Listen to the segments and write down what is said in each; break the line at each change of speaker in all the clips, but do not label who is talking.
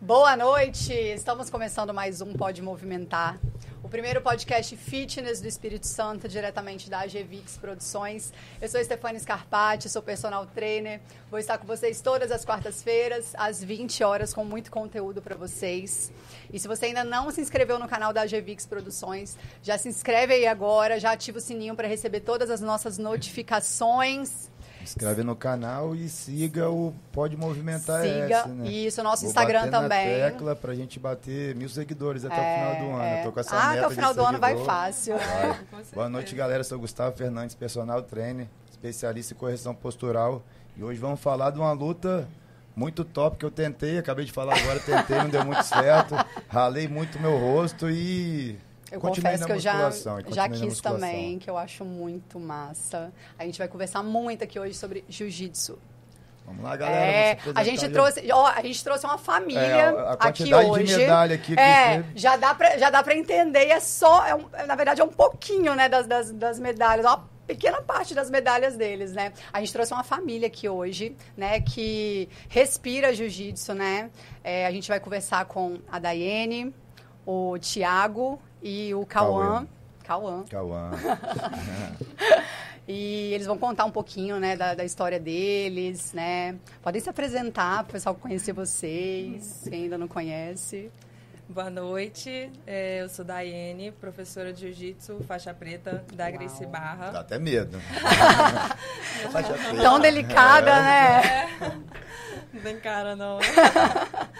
Boa noite! Estamos começando mais um Pode Movimentar. O primeiro podcast fitness do Espírito Santo, diretamente da AGVIX Produções. Eu sou Stefania Scarpati, sou personal trainer. Vou estar com vocês todas as quartas-feiras, às 20 horas, com muito conteúdo para vocês. E se você ainda não se inscreveu no canal da AGVIX Produções, já se inscreve aí agora, já ativa o sininho para receber todas as nossas notificações.
Inscreve no canal e siga o Pode Movimentar
Siga
S, né?
isso, nosso
Vou
Instagram
bater na
também. É,
tecla pra gente bater mil seguidores até o final do ano. Eu tô com essa
ah,
meta
até o
de
final do ano vai
seguidor.
fácil.
Vai.
Com certeza.
Boa noite, galera. Sou Gustavo Fernandes, personal trainer, especialista em correção postural. E hoje vamos falar de uma luta muito top que eu tentei, acabei de falar agora, tentei, não deu muito certo. Ralei muito meu rosto e
Eu
continuei
confesso
na
que eu já,
musculação, e
já
continuei na
quis
musculação.
também, que eu acho muito massa. A gente vai conversar muito aqui hoje sobre jiu-jitsu.
Vamos lá, galera.
É,
vamos se
a gente
apresentar já.
trouxe, ó, a gente trouxe uma família
É, a- a
aqui
quantidade de
hoje.
medalha aqui que
é,
você-
já dá pra, já dá para entender, e é só, é um- é, na verdade é um pouquinho, né, das, das, das medalhas, ó, pequena parte das medalhas deles, né? A gente trouxe uma família aqui hoje, né, que respira jiu-jitsu, né? É, a gente vai conversar com a Daiane, o Tiago e o Cauã. Cauã.
Cauã.
E eles vão contar um pouquinho, né, da, da história deles, né? Podem se apresentar pro pessoal conhecer vocês, quem ainda não conhece.
Boa noite, é, eu sou Daiane, professora de Jiu-Jitsu, faixa preta da
Uau.
Gracie
Dá
Barra.
até medo. Faixa preta.
Tão delicada,
É.
Tá.
né?
Não tem cara, não. né?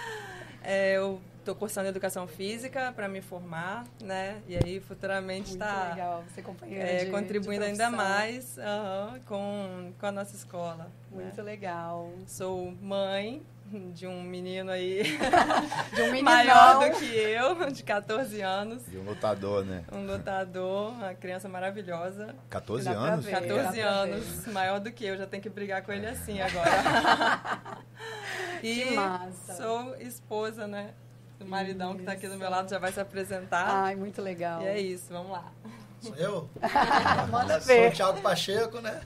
É, eu tô cursando Educação Física para me formar, né? E aí, futuramente,
Muito
está
legal, você companheira
é,
de- de
contribuindo ainda
profissão.
mais aham, com, com a nossa escola. né?
Muito legal.
Sou mãe de um menino aí
De um meninão.
maior do que eu, de 14 anos.
De um lutador, né?
Um lutador, uma criança maravilhosa.
14
Dá pra
anos?
ver.
14
É.
anos, maior do que eu, já tenho que brigar com ele assim agora. e
Que massa.
sou esposa, né? Do maridão que tá aqui do meu lado, já vai se apresentar.
Ai, muito legal.
E é isso, vamos lá.
Sou eu?
Manda
Sou o
ver.
Thiago Pacheco, né?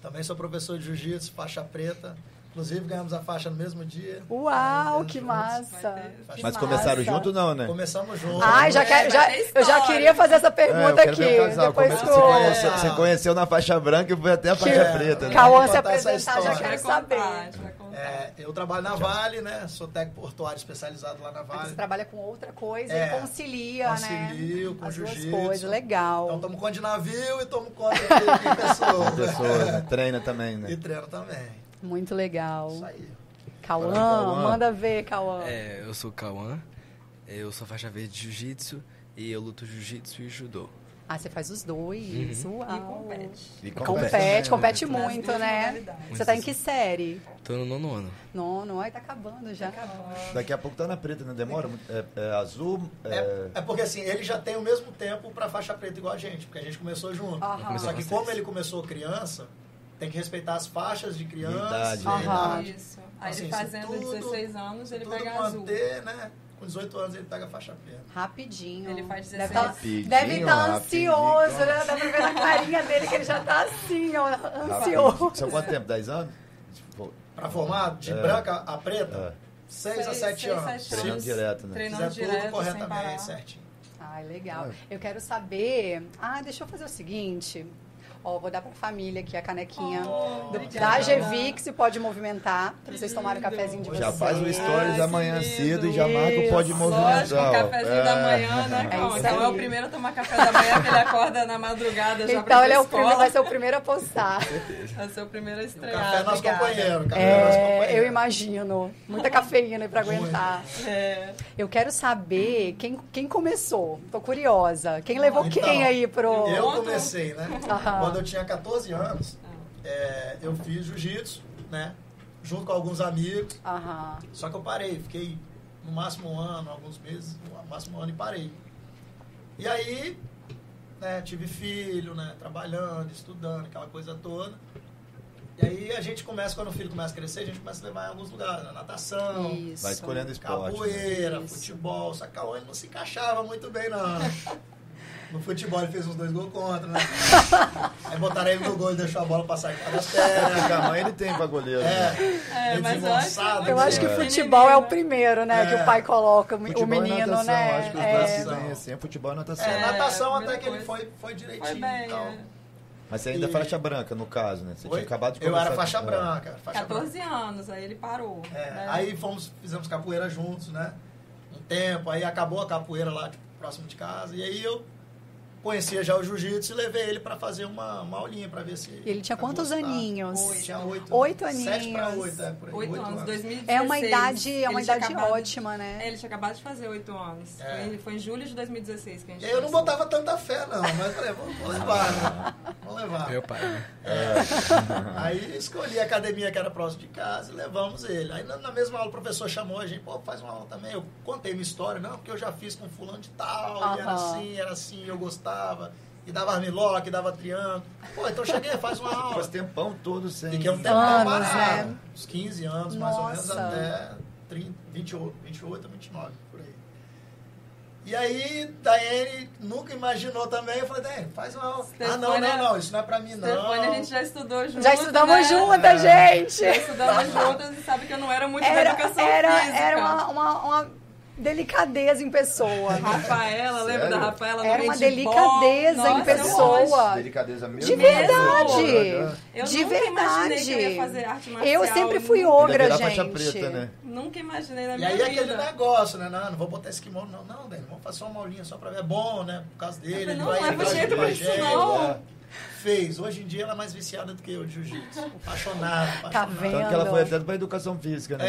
Também sou professor de jiu-jitsu, faixa preta. Inclusive, ganhamos a faixa no mesmo dia.
Uau,
Ganhamos
que
juntos.
massa.
Vai
Que
Mas começaram
massa.
junto, não, né?
Começamos juntos.
Ai, já
É,
quero,
vai
já,
ter
eu já
história.
queria fazer essa
É, eu
pergunta
quero
aqui.
ver o casal.
Depois
Come-
que
Você,
o
conheceu, você conheceu na faixa branca e foi até a faixa
Que-
preta, né?
Cauã se
Vou contar essa
apresentar, Ah, já
história.
quero
contar, a
saber.
gente vai contar.
É, eu trabalho na Vale, né? Sou técnico portuário especializado lá na
Porque Você
Vale.
trabalha com outra coisa
É,
e concilia,
concilio
né?
com
As duas
jiu-jitsu.
coisas, legal.
Então, tomo conta de navio e tomo conta de, de pessoas.
Pessoa, né? Treina também, né?
E treino também.
Muito legal.
Isso aí.
Cauã,
Cauã.
manda ver, Cauã.
É, eu sou o Cauã, eu sou faixa verde de jiu-jitsu e eu luto jiu-jitsu e judô.
Ah, você faz os dois. Uau.
E compete.
E
Compete, compete
Nas
muito,
duas
né?
modalidades.
Você tá em que série?
Tô no nono ano.
Nono, ai, tá acabando já.
Daqui a pouco tá na preta, né? Demora muito. É, é azul, é...
É, é porque assim, ele já tem o mesmo tempo pra faixa preta igual a gente, porque a gente começou junto.
Aham. Começou
Só que
com
como
vocês.
ele começou criança, tem que respeitar as faixas de criança.
Idade,
e a
né? Aham.
idade.
Isso. Aí
Assim,
ele
se
fazendo
tudo-
16 anos, ele
Tudo
pega azul.
manter, né? Com 18 anos ele pega a faixa preta.
Rapidinho.
Ele faz
Deve
16.
tá,
Rapidinho,
deve estar
rapidinho.
ansioso, né? Dá pra ver na carinha dele que ele já tá assim, ó, ansioso.
Rápido. São quanto tempo? 10 anos? Tipo,
Pra formar de
É.
branca a
É.
preta, 6 a
Seis-
7
seis,
anos.
sete
Treinando
anos.
direto, né?
Fizer
Treinando direto,
tudo
sem parar.
corretamente, é. certinho.
Ai, legal. Eu quero saber. Ah, deixa eu fazer o seguinte. Ó, vou dar pra família aqui a canequinha do, da
obrigada.
GVIX, pode movimentar, pra vocês tomarem o cafezinho de vocês.
Já faz o stories
Ai,
amanhã
que
cedo e
lindo.
já marca o pode
Isso.
movimentar.
Lógico, o
ó.
cafezinho da manhã, né?
É
Calma,
isso
Então é
aí.
o primeiro a tomar café da manhã, que ele acorda na madrugada já
Então
pra ir
ele
pra
é o primeiro, vai
escola.
ser o primeiro a postar.
Vai ser o primeiro a
O café é
estrear.
nosso
obrigada.
companheiro. o Café é nosso
É,
companheiro.
eu imagino. Muita cafeína aí pra aguentar.
É.
Eu quero saber quem, quem começou. Tô curiosa. Quem levou
Então,
quem aí pro.
Eu
Outro-
comecei, né?
Aham.
Quando eu tinha 14 anos,
Ah.
é, eu fiz jiu-jitsu, né? Junto com alguns amigos.
Aham.
Só que eu parei, fiquei no máximo um ano, alguns meses, no máximo um ano e parei. E aí, né, tive filho, né, trabalhando, estudando, aquela coisa toda. E aí a gente começa, quando o filho começa a crescer, a gente começa a levar em alguns lugares, né, natação,
Isso.
Vai escolhendo esporte. né?
capoeira,
Isso.
futebol, só que Cauã ele não se encaixava muito bem não. No futebol ele fez uns dois gols contra, né? Aí botaram ele no gol e deixou a bola passar em cada
É,
terra.
tamanho ele tem pra goleiro. né?
É,
É,
meio
mas eu acho-
desengonçado,
Eu acho que
né?
futebol é o primeiro, né? Que o pai coloca, o
é
Futebol e
menino,
natação,
né?
acho que os
É.
dois se dão assim, é futebol e natação.
É, natação
É,
até que
primeira
ele foi, foi direitinho
Foi bem,
e tal.
é.
Mas você ainda é
E-
faixa branca, no caso, né? Você
Oi?
tinha acabado de
Eu
começar
era
com-
faixa
é.
branca. era Faixa branca.
14 anos, aí ele parou.
É,
né?
Aí fomos, fizemos capoeira juntos, né? Um tempo, aí acabou a capoeira lá tipo, próximo de casa. E aí eu conhecia já o jiu-jitsu e levei ele pra fazer uma, uma aulinha pra ver se.
E ele tinha
pra
quantos
gostar.
aninhos?
Oito, Tinha oito.
Oito
Sete pra
aninhos.
oito, é, por aí.
Oito anos, 2016.
É uma idade, é uma
Ele tinha
idade
acabado-
ótima, né?
É, Ele tinha acabado de fazer oito anos.
É.
Foi, foi em julho de 2016 que a gente
E aí eu não
começou.
botava tanta fé, não, mas eu falei, vou, vou levar, né? Vou levar.
Meu pai, né?
Aí escolhi a academia que era próximo de casa e levamos ele. Aí na, na mesma aula o professor chamou a gente, pô, faz uma aula também. Eu contei minha história, não, porque eu já fiz com fulano de tal, e era
Aham.
assim, era assim, eu gostava. E dava armilock, dava triângulo. Pô, então cheguei, faz uma aula.
Faz tempão todo sem...
Fiquei um tempo
Anos,
parado.
né?
Uns 15 anos, mais ou menos,
Nossa.
até 30, 28, 28, 29, por aí. E aí, Daiane nunca imaginou também. Eu falei, Daiane, faz uma aula. Ah, não,
Stefania-
não, não, isso não é pra mim, não. É.
Stefania, a gente já estudou junto.
Já estudamos
né?
juntas, gente!
Já estudamos juntas e sabe que eu não era muito da
Era,
educação
era,
física.
era uma, uma, uma delicadeza em pessoa.
Rafaela, lembra
Sério?
da Rafaela? no
Era uma
handball?
delicadeza em
Nossa, é um
pessoa.
eu acho.
Delicadeza mesmo.
De
né?
verdade!
Eu
de
nunca imaginei que eu ia fazer
verdade!
arte marcial,
Eu sempre fui
nunca-
Ainda
ogra,
virar
gente.
faixa preta, né?
Nunca imaginei na
E
É minha
aí é
vida.
aquele negócio, né? Não, não vou botar esse kimono, não. Não, Dani, vamos fazer só uma aulinha só pra ver. É bom, né? Por causa dele.
falei,
ele
não,
vai
não é
vai
jeito pra
ajudar a
isso,
gente,
não.
né? Fez. Hoje em dia ela é mais viciada do que eu de jiu-jitsu. Apaixonada,
Tá
apaixonada.
vendo?
Tanto Então que ela foi até pra educação física, né?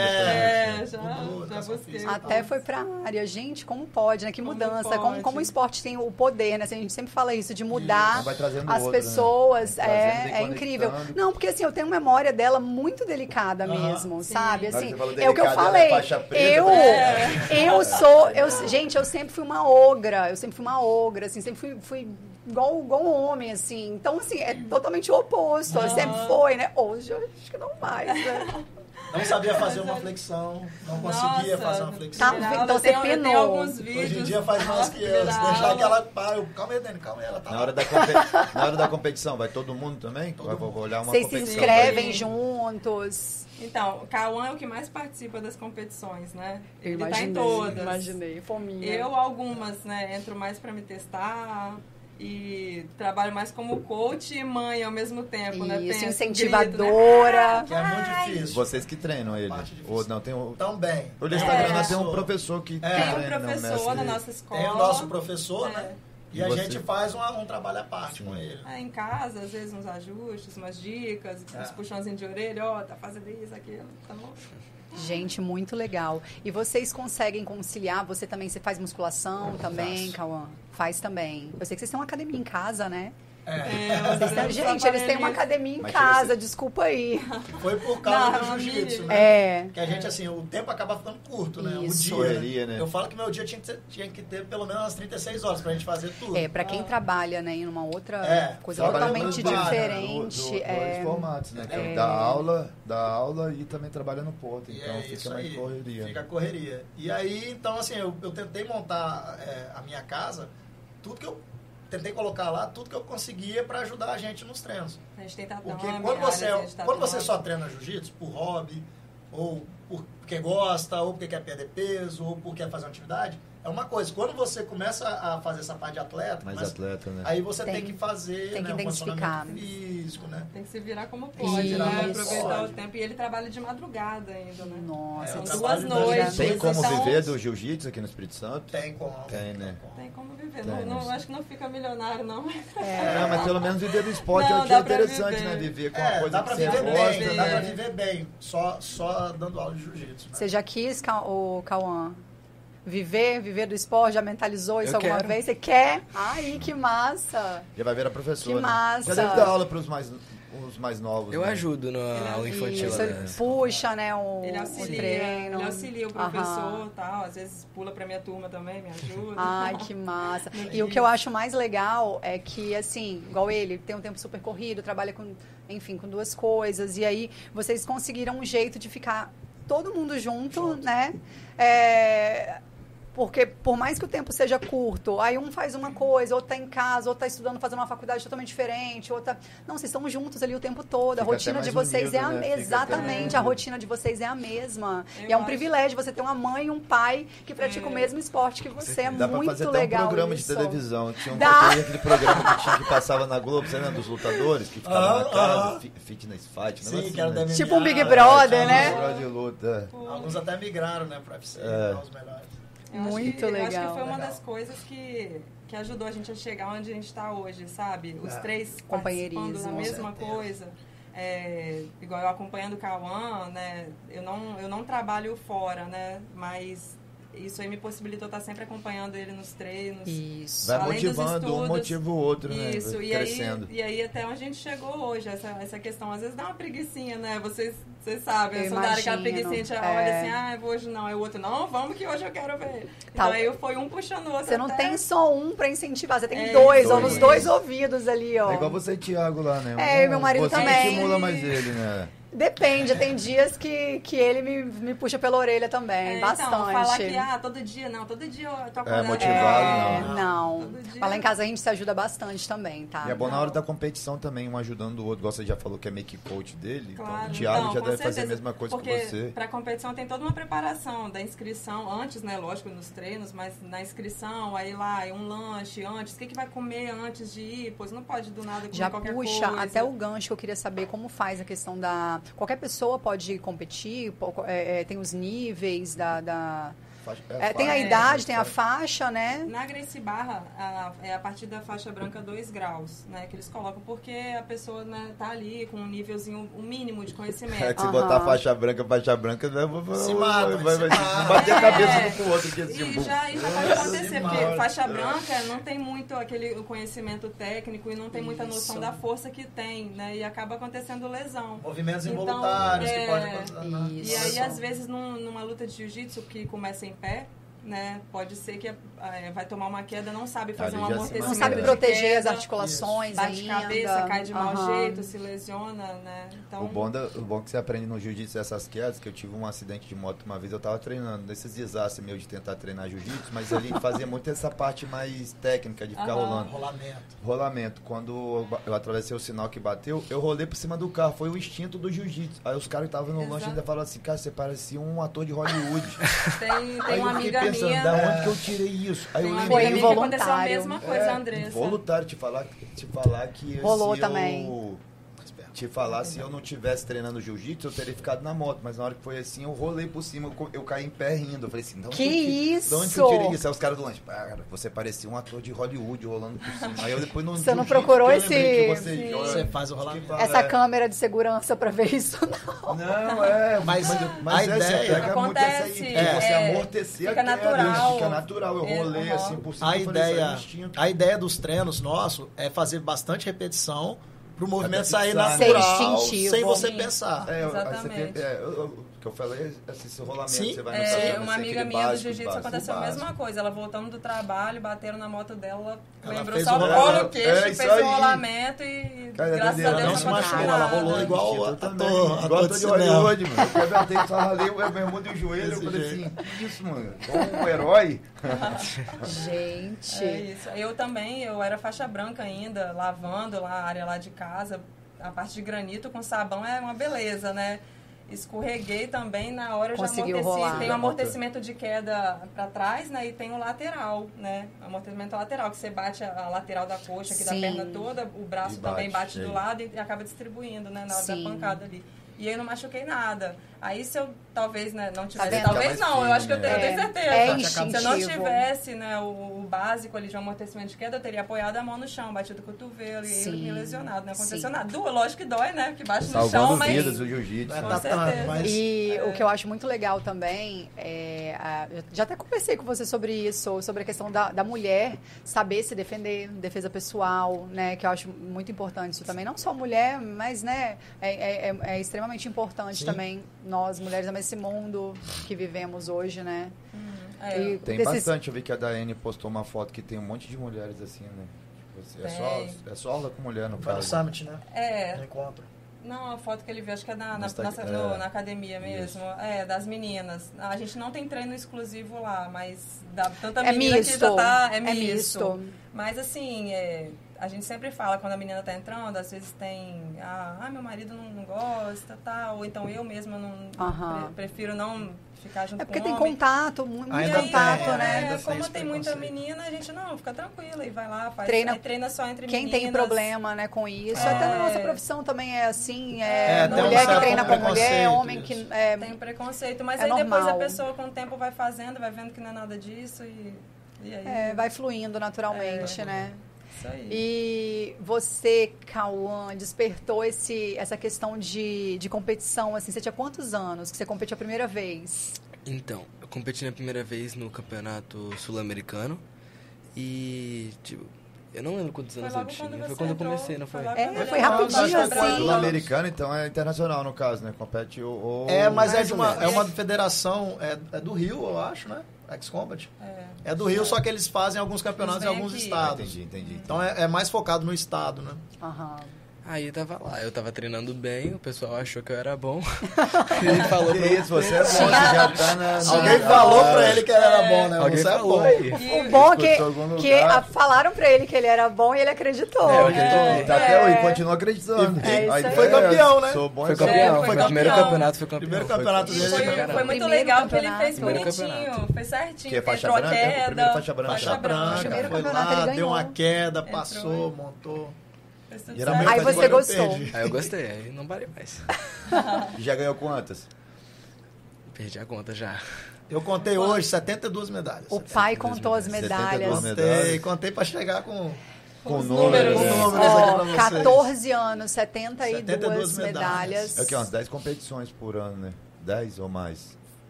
É.
É, já,
Mudou,
já
educação
busquei.
física.
Até foi pra área. Gente, como pode, né? Que
Como
mudança. Como,
pode?
como o esporte tem o poder, né? Assim, A gente sempre fala isso, de mudar
Isso. Vai trazendo
as
outro, né?
pessoas.
Vai
É,
trazendo e
é incrível.
conectando.
Não, porque assim, eu tenho memória dela muito delicada
Aham.
mesmo, sabe?
Na hora que
Assim,
você falou
é o que eu
delicada, ela é
falei.
faixa preta,
eu, É.
né?
eu sou. Eu, gente, eu sempre fui uma ogra. Eu sempre fui uma ogra, assim, sempre fui. fui Igual, igual um homem, assim. Então, assim, é totalmente o oposto. Sempre foi, né? Hoje eu acho que não mais, né?
É
Não sabia fazer uma flexão. Não conseguia
Nossa,
fazer uma
Tá
flexão.
vendo?
Geraldo,
Então
eu
você
tenho- eu
penou.
tenho alguns vídeos.
Hoje em dia faz mais que eu. Se
Nossa,
deixar
Geraldo.
que ela para, eu, calma aí, Dani, calma aí, ela tá
Na
lá.
hora, da compe- na hora da competição, vai todo mundo também? vai, vou olhar uma
Vocês se
competição.
inscrevem
Sim.
juntos.
Então, o Cauã é o que mais participa das competições, né?
Eu
Ele
imaginei,
tá em todas.
Imaginei, fominha.
Eu, algumas, né? Entro mais pra me testar e trabalho mais como coach e mãe ao mesmo tempo, né?
Isso,
Penso,
incentivadora.
grito,
Que é muito difícil.
Vocês que treinam ele.
Parte difícil.
Ou não, tem o...
Também.
O do Instagram
É.
nós temos um professor que, que
É.
Tem um
treina, né, o
professor na
mestre.
nossa escola.
Tem o nosso professor,
É.
né? E,
E
a
você?
gente faz uma- um trabalho à parte com
Sim.
ele.
É, em casa, às vezes, uns ajustes, umas dicas, uns
É.
puxãozinhos de orelha, ó, tá fazendo isso, aquilo, tá bom.
Gente, muito legal. E vocês conseguem conciliar? Você também você faz musculação também,
Faço.
Cauã? Faz também. Eu sei que vocês têm uma academia em casa, né?
É,
É.
mas eu
Gente, eles
trabalhei
têm uma
nisso.
academia em
Mas chega a
casa, desculpa aí.
Foi por causa
Não,
do jiu-jitsu,
amigo.
né?
É.
Que a gente, assim, o tempo acaba ficando curto, né? O
Isso.
dia.
Correria,
né?
né?
Eu falo que meu dia tinha que, ter, tinha que ter pelo menos umas 36 horas pra gente fazer tudo.
É, pra quem trabalha, né, em uma outra
É,
coisa
trabalha
totalmente
no bar, né,
diferente.
Do, do,
é...
Dois formatos, né? Que é,
É.
o da aula, da aula e também trabalha no ponto.
E
Então
é
fica
isso
mais
aí.
correria.
Fica correria. E aí, então, assim, eu, eu tentei montar é, a minha casa, tudo que eu. Tentei colocar lá tudo que eu conseguia pra ajudar a gente nos treinos.
Então, A gente tem tatame,
Porque quando, você, é um-
áreas de
quando você
tatame.
só treina jiu-jitsu por hobby, ou por- porque gosta, ou porque quer perder peso, ou porque quer fazer uma atividade, é uma coisa. Quando você começa a fazer essa parte de atleta,
Mais
mas
atleta, né?
aí você tem,
Tem-
que fazer
tem que
né, um
identificar.
condicionamento físico, né?
Tem que se virar como
Tem
pode,
que se
né?
virar como
Aproveitar
pode.
o tempo. E ele trabalha de madrugada ainda, né?
Nossa,
É, eu
desculpa.
trabalho durante
noites.
a
Tem
noite.
como
Então-
viver do jiu-jitsu aqui no Espírito Santo?
Tem como.
Tem, né?
como.
Tem como viver.
Tem,
Não, não-
mas-
acho que não fica milionário, não.
É, mas pelo menos viver do esporte
Não,
é o que é
dá pra
interessante,
viver.
né? Viver com uma
É,
coisa
dá
que
pra
você
viver
gosta,
bem,
né?
dá pra viver bem, só, só dando aula de jiu-jitsu. né?
Você já quis, Ca- ô, Cauã, viver, viver do esporte? Já mentalizou isso
Eu
alguma
quero.
vez? Você quer? Ai, que massa!
Já vai ver a professora.
Que
né?
massa.
Já deve dar aula pros mais, os mais novos.
Eu
né?
ajudo na aula infantil.
Isso,
lá,
ele
né?
puxa, né, o,
Ele
o
auxilia,
treino.
ele auxilia o
Aham.
professor e tal. Às vezes pula pra minha turma também, me ajuda.
Ai, que massa. E o que eu acho mais legal é que, assim, igual ele, tem um tempo super corrido, trabalha com, enfim, com duas coisas. E aí, vocês conseguiram um jeito de ficar todo mundo junto, né? É, Porque por mais que o tempo seja curto, aí um faz uma coisa, outro tá em casa, outro tá estudando, fazendo uma faculdade totalmente diferente, outra. Não, vocês estão juntos ali o tempo todo. A
Fica
rotina
até
de
mais
vocês
unido,
é a
né? Fica até mais
Exatamente, a
unido.
rotina de vocês é a mesma.
Eu
e é um
acho. É.
privilégio você ter uma mãe e um pai que praticam o mesmo esporte que você. É
Dá pra
muito
fazer até um
legal.
programa
isso.
de televisão. Tinha um
Dá.
tinha aquele programa que tinha que passava na Globo, você lembra dos lutadores que ficavam
Ah,
na casa,
ah.
fi- fitness fight, um
Sim,
negócio
que era da
né?
minha-
Tipo um Big
Ah,
Brother,
tá.
né?
Fora de luta.
Alguns até migraram, né, pra UFC,
É.
pra os melhores.
Eu acho
Muito
que- eu Acho que
legal.
foi uma
Legal.
das coisas que, que ajudou a gente a chegar onde a gente está hoje, sabe? Os
É.
três
Companheirismo.
participando da
Com
mesma
certeza.
coisa. É, igual eu acompanhando o Cauã, né? Eu não, eu não trabalho fora, né? Mas isso aí me possibilitou estar sempre acompanhando ele nos treinos.
Isso.
Vai
Além dos
motivando, um
estudos.
motiva o outro, né?
Isso,
Vai
e aí,
crescendo.
e aí até onde a gente chegou hoje, essa, essa questão. Às vezes dá uma preguiçinha, né? Vocês, vocês sabem,
Eu
eu sou da área aquela
imagino,
preguiçinha, a gente
é.
olha assim, ah, eu vou hoje não, é o outro, não, vamos que hoje eu quero ver.
Tá.
Então aí foi um puxando o outro.
Você não
até-
tem só um pra incentivar, você tem
É
dois,
isso.
ou nos dois ouvidos ali, ó.
É igual você e Thiago lá, né?
É, e
Um,
meu marido
você
também.
estimula mais ele, né?
Depende, tem dias que, que ele me, me puxa pela orelha também,
É,
bastante.
Então, falar que, ah, todo dia, não, todo dia eu tô acordando.
É,
motivado, não.
não.
Todo dia.
Mas lá em casa a gente se ajuda bastante também, tá?
E é bom na hora da competição também, um ajudando o outro. Igual você já falou que é make coach dele. então
Claro,
o Thiago
então,
já
com
deve fazer a
certeza,
mesma coisa
porque
que você.
Pra competição tem toda uma preparação da inscrição, antes, né? Lógico, nos treinos, mas na inscrição, aí lá, é um lanche antes, o que, que vai comer antes de ir? Pois não pode do nada comer
Já
qualquer
puxa
coisa.
até o gancho, eu queria saber como faz a questão da. Qualquer pessoa pode competir, po- é, é, tem os níveis da. da-
Faz-
é, tem a
faz-
idade, tem a faixa, né?
Na Gracie Barra, a- é a partir da faixa branca 2 graus, né? Que eles colocam, porque a pessoa né, tá ali com um nívelzinho, um mínimo de conhecimento.
É que se
Aham.
botar faixa branca, faixa branca, vai, vai, vai,
Se mata,
vai, vai,
se
vai
mata.
bater a cabeça
É.
um com o outro aqui assim.
E
bum.
já, é e já pode acontecer, porque
demais.
faixa branca não tem muito aquele conhecimento técnico e não tem muita noção
Isso.
da força que tem, né? E acaba acontecendo lesão.
Movimentos
Então,
involuntários
é,
que podem acontecer. né?
Isso.
E aí, assim, às vezes, num- numa luta de jiu-jitsu que começa em pé, né? Pode ser que eh, vai tomar uma queda, não sabe
Ali
fazer um
já se
amortecimento.
Não
Esse
sabe
medo.
de
proteger as
queda,
articulações,
Bate
ainda.
cabeça, cai de mau
Aham.
jeito, se lesiona, né? Então,
O bom, da- o bom que você aprende no jiu-jitsu é essas quedas, que eu tive um acidente de moto uma vez, eu tava treinando. Nesses desastres meu de tentar treinar jiu-jitsu, mas ele fazia muito essa parte mais técnica de ficar
Aham.
rolando.
Um Rolamento.
Rolamento. Quando eu ba- eu atravessei o sinal que bateu, eu rolei por cima do carro. Foi o instinto do jiu-jitsu. Aí os caras que estavam no
Exato.
lanche ainda falaram assim, cara, você parecia um ator de Hollywood.
tem, tem
Aí
uma
eu fiquei
amiga
pensando,
minha...
da onde que eu tirei isso? Aí
Tem
eu
uma
lembrei.
amiga
Foi
minha que aconteceu a
involuntário.
mesma coisa, a Andressa.
É, Voluntário, te falar, te falar que
Rolou
se
também.
eu... Te falar, se eu não tivesse treinando jiu-jitsu, eu teria ficado na moto. Mas na hora que foi assim, eu rolei por cima, eu co- eu caí em pé rindo. Eu falei assim, não,
Que
De onde que eu tirei
isso?
isso? Aí os caras do lanche, "Ah, cara, você parecia um ator de Hollywood rolando por cima. Aí eu depois não
Você não procurou esse-
Você faz o rolamento.
Essa
é.
câmera de segurança pra ver isso, não.
Não, é, mas,
Mas
mas
a
essa
ideia-
pega
Acontece,
muito essa aí,
é,
de você
é,
amortecer
fica
a queda,
natural. É,
Fica natural, eu rolei
Aham.
assim por cima,
a
eu falei, isso aí é
ideia,
instinto.
a ideia dos treinos nossos é fazer bastante repetição pro movimento
Até
sair
fixar, né?
natural,
Ser instintivo.
sem você
Sim.
pensar.
É, eu- aí você
Ah, Exatamente.
tem- é, eu- eu- o que eu falei é assim, esse rolamento,
Sim.
você vai no
É,
salão,
uma
assim,
amiga
aquele
minha do
básico,
jiu-jitsu
básico,
aconteceu a
básico.
mesma coisa. Ela voltando do trabalho, bateram na moto dela,
Ela
lembrou
fez
só
um
o
rolamento.
cola o queixo,
É isso
fez um
aí.
rolamento e
Cara,
graças a
Daniela,
Deus
ela
não
não se
aconteceu
machucou, ela
nada.
rolou igual
Instinto, eu
ator-
também.
ator
Igual
de
de
cinema.
Hollywood, mano. Eu levantei, só ralei o meu irmão do joelho, eu
Desse
falei
jeito.
assim, que isso, mano? Como um herói?
Gente.
É isso. Eu também, eu era faixa branca ainda, lavando lá a área lá de casa. A parte de granito com sabão é uma beleza, né? Escorreguei também, na hora eu
Conseguiu
já amorteci.
rolar.
Tem o amortecimento de queda pra trás, né? E tem o lateral, né? Amortecimento lateral, que você bate a a lateral da coxa, aqui
Sim.
da perna toda, o braço
E
também
bate,
bate do
é.
lado e acaba distribuindo, né? Na hora
Sim.
da pancada ali. E eu não machuquei nada. Aí se eu talvez né, não tivesse.
Tá vendo?
talvez
Fica mais
não, eu
firme,
acho que eu tenho,
né?
eu
É.
tenho certeza.
É
se eu não
instintivo.
tivesse tivesse, né, o, o básico ali de um amortecimento de queda, eu teria apoiado a mão no chão, batido o cotovelo e
Sim.
me lesionado. Não aconteceu
Sim.
nada. Duas, lógico que dói, né? Porque bate no chão,
Salvando
mas. tá
vidas o jiu-jitsu.
Não é
Com
né?
tatame,
certeza.
mas
E
É.
o que eu acho muito legal também é. a- eu já até conversei com você sobre isso, sobre a questão da, da mulher saber se defender, defesa pessoal, né? Que eu acho muito importante isso também. Não só mulher, mas, né? É, é- é- é extremamente importante
Sim.
também nós, mulheres, também esse mundo que vivemos hoje, né?
É,
E
Tem
desses-
bastante, eu vi que a Daiane postou uma foto que tem um monte de mulheres assim, né? Tipo assim, É
Tem.
só, é só aula com mulher, no
vai no
caso.
summit, né?
é,
No encontro.
Não, a foto que ele viu, acho que é na, na,
Insta-
nossa-
é.
no- na academia
Isso.
mesmo. É, das meninas. A gente não tem treino exclusivo lá, mas dá tanta
É
menina que já
misto.
tá. É,
É
misto.
misto.
Mas assim, é, a gente sempre fala quando a menina tá entrando, às vezes tem. Ah, ah, meu marido não, não gosta, tal. Ou então eu mesma não.
Aham.
pre- prefiro não ficar junto
Ah. É porque
com
tem
um homem.
contato, mu- muito
E
Ainda
aí,
contato,
tem,
né?
é. ainda
é,
tem
como
esse
tem muita
preconceito.
menina, a gente não fica tranquila e vai lá, faz.
Treina-
aí treina só entre
Quem tem
meninas.
problema, né, com isso. Até na nossa profissão também é assim, é,
É,
tem um
mulher que
certo
treina com mulher,
preconceito,
homem que
isso.
é,
Tem preconceito, mas
É
aí depois
normal.
a pessoa com o tempo vai fazendo, vai vendo que não é nada disso e, e aí.
é, vai fluindo naturalmente,
É.
né?
Isso aí.
E você, Cauã, despertou esse, essa questão de, de competição, assim, você tinha quantos anos que você competiu a primeira vez?
Então, eu competi na primeira vez no campeonato sul-americano e, tipo, eu não lembro quantos
Foi
anos eu
logo
tinha.
quando
Foi
você
quando eu
entrou,
comecei, não
foi
foi?
logo
É,
quando
foi
ele entrou.
rapidinho,
Acho que foi
assim.
quando-
Sul-americano, então, é internacional, no caso, né? Compete ou... ou-
É, mas é
mais
de
ou
uma,
menos.
é uma federação, é, é do Rio, eu acho, né? X-Combat.
É.
É do Rio, só que eles fazem alguns campeonatos em
Eles vêm
alguns
aqui.
Ah,
estados.
entendi, entendi.
Então é, é mais focado no estado, né?
Aham.
Aí eu tava lá, eu tava treinando bem, o pessoal achou que eu era bom. Ele falou pra
Que isso, você é bom, você já tá na...
Alguém falou
É.
pra ele que ele era bom, né?
Alguém
Você é
falou
bom.
aí.
O bom é que,
Escutou algum
que
lugar.
a- falaram pra ele que ele era bom e ele acreditou.
É, eu
né?
acreditei.
Tá até hoje, continua acreditando.
É isso aí.
Foi campeão, né?
Sou bom,
Foi
e sou
campeão,
bom.
foi,
foi
meu primeiro
campeão.
campeonato, foi campeão.
Primeiro
foi-
campeonato
foi-
E
dele.
pra
É. foi,
caralho.
foi muito
Primeiro
legal que ele
campeonato.
fez
Primeiro
bonitinho,
campeonato.
foi certinho,
Que é faixa
entrou a
branca?
queda.
Primeiro faixa branca.
Faixa branca,
Primeiro
foi
campeonato ele
lá,
ganhou.
deu uma queda,
Entrou.
passou, montou.
fez tudo
Geralmente
Aí
certo.
faz
você
igual eu
gostou.
perdi.
Aí eu gostei, aí não parei mais.
Já ganhou quantas?
Perdi a conta já.
Eu contei hoje 72 medalhas.
O pai
72
contou as medalhas.
72 medalhas.
Contei, contei pra chegar com
Com
Os
números.
números.
né?
Com
Ó,
números. Vamos aqui pra vocês.
14 anos, 72,
72
medalhas.
medalhas.
É o quê? Umas 10 competições por ano, né? 10 ou mais.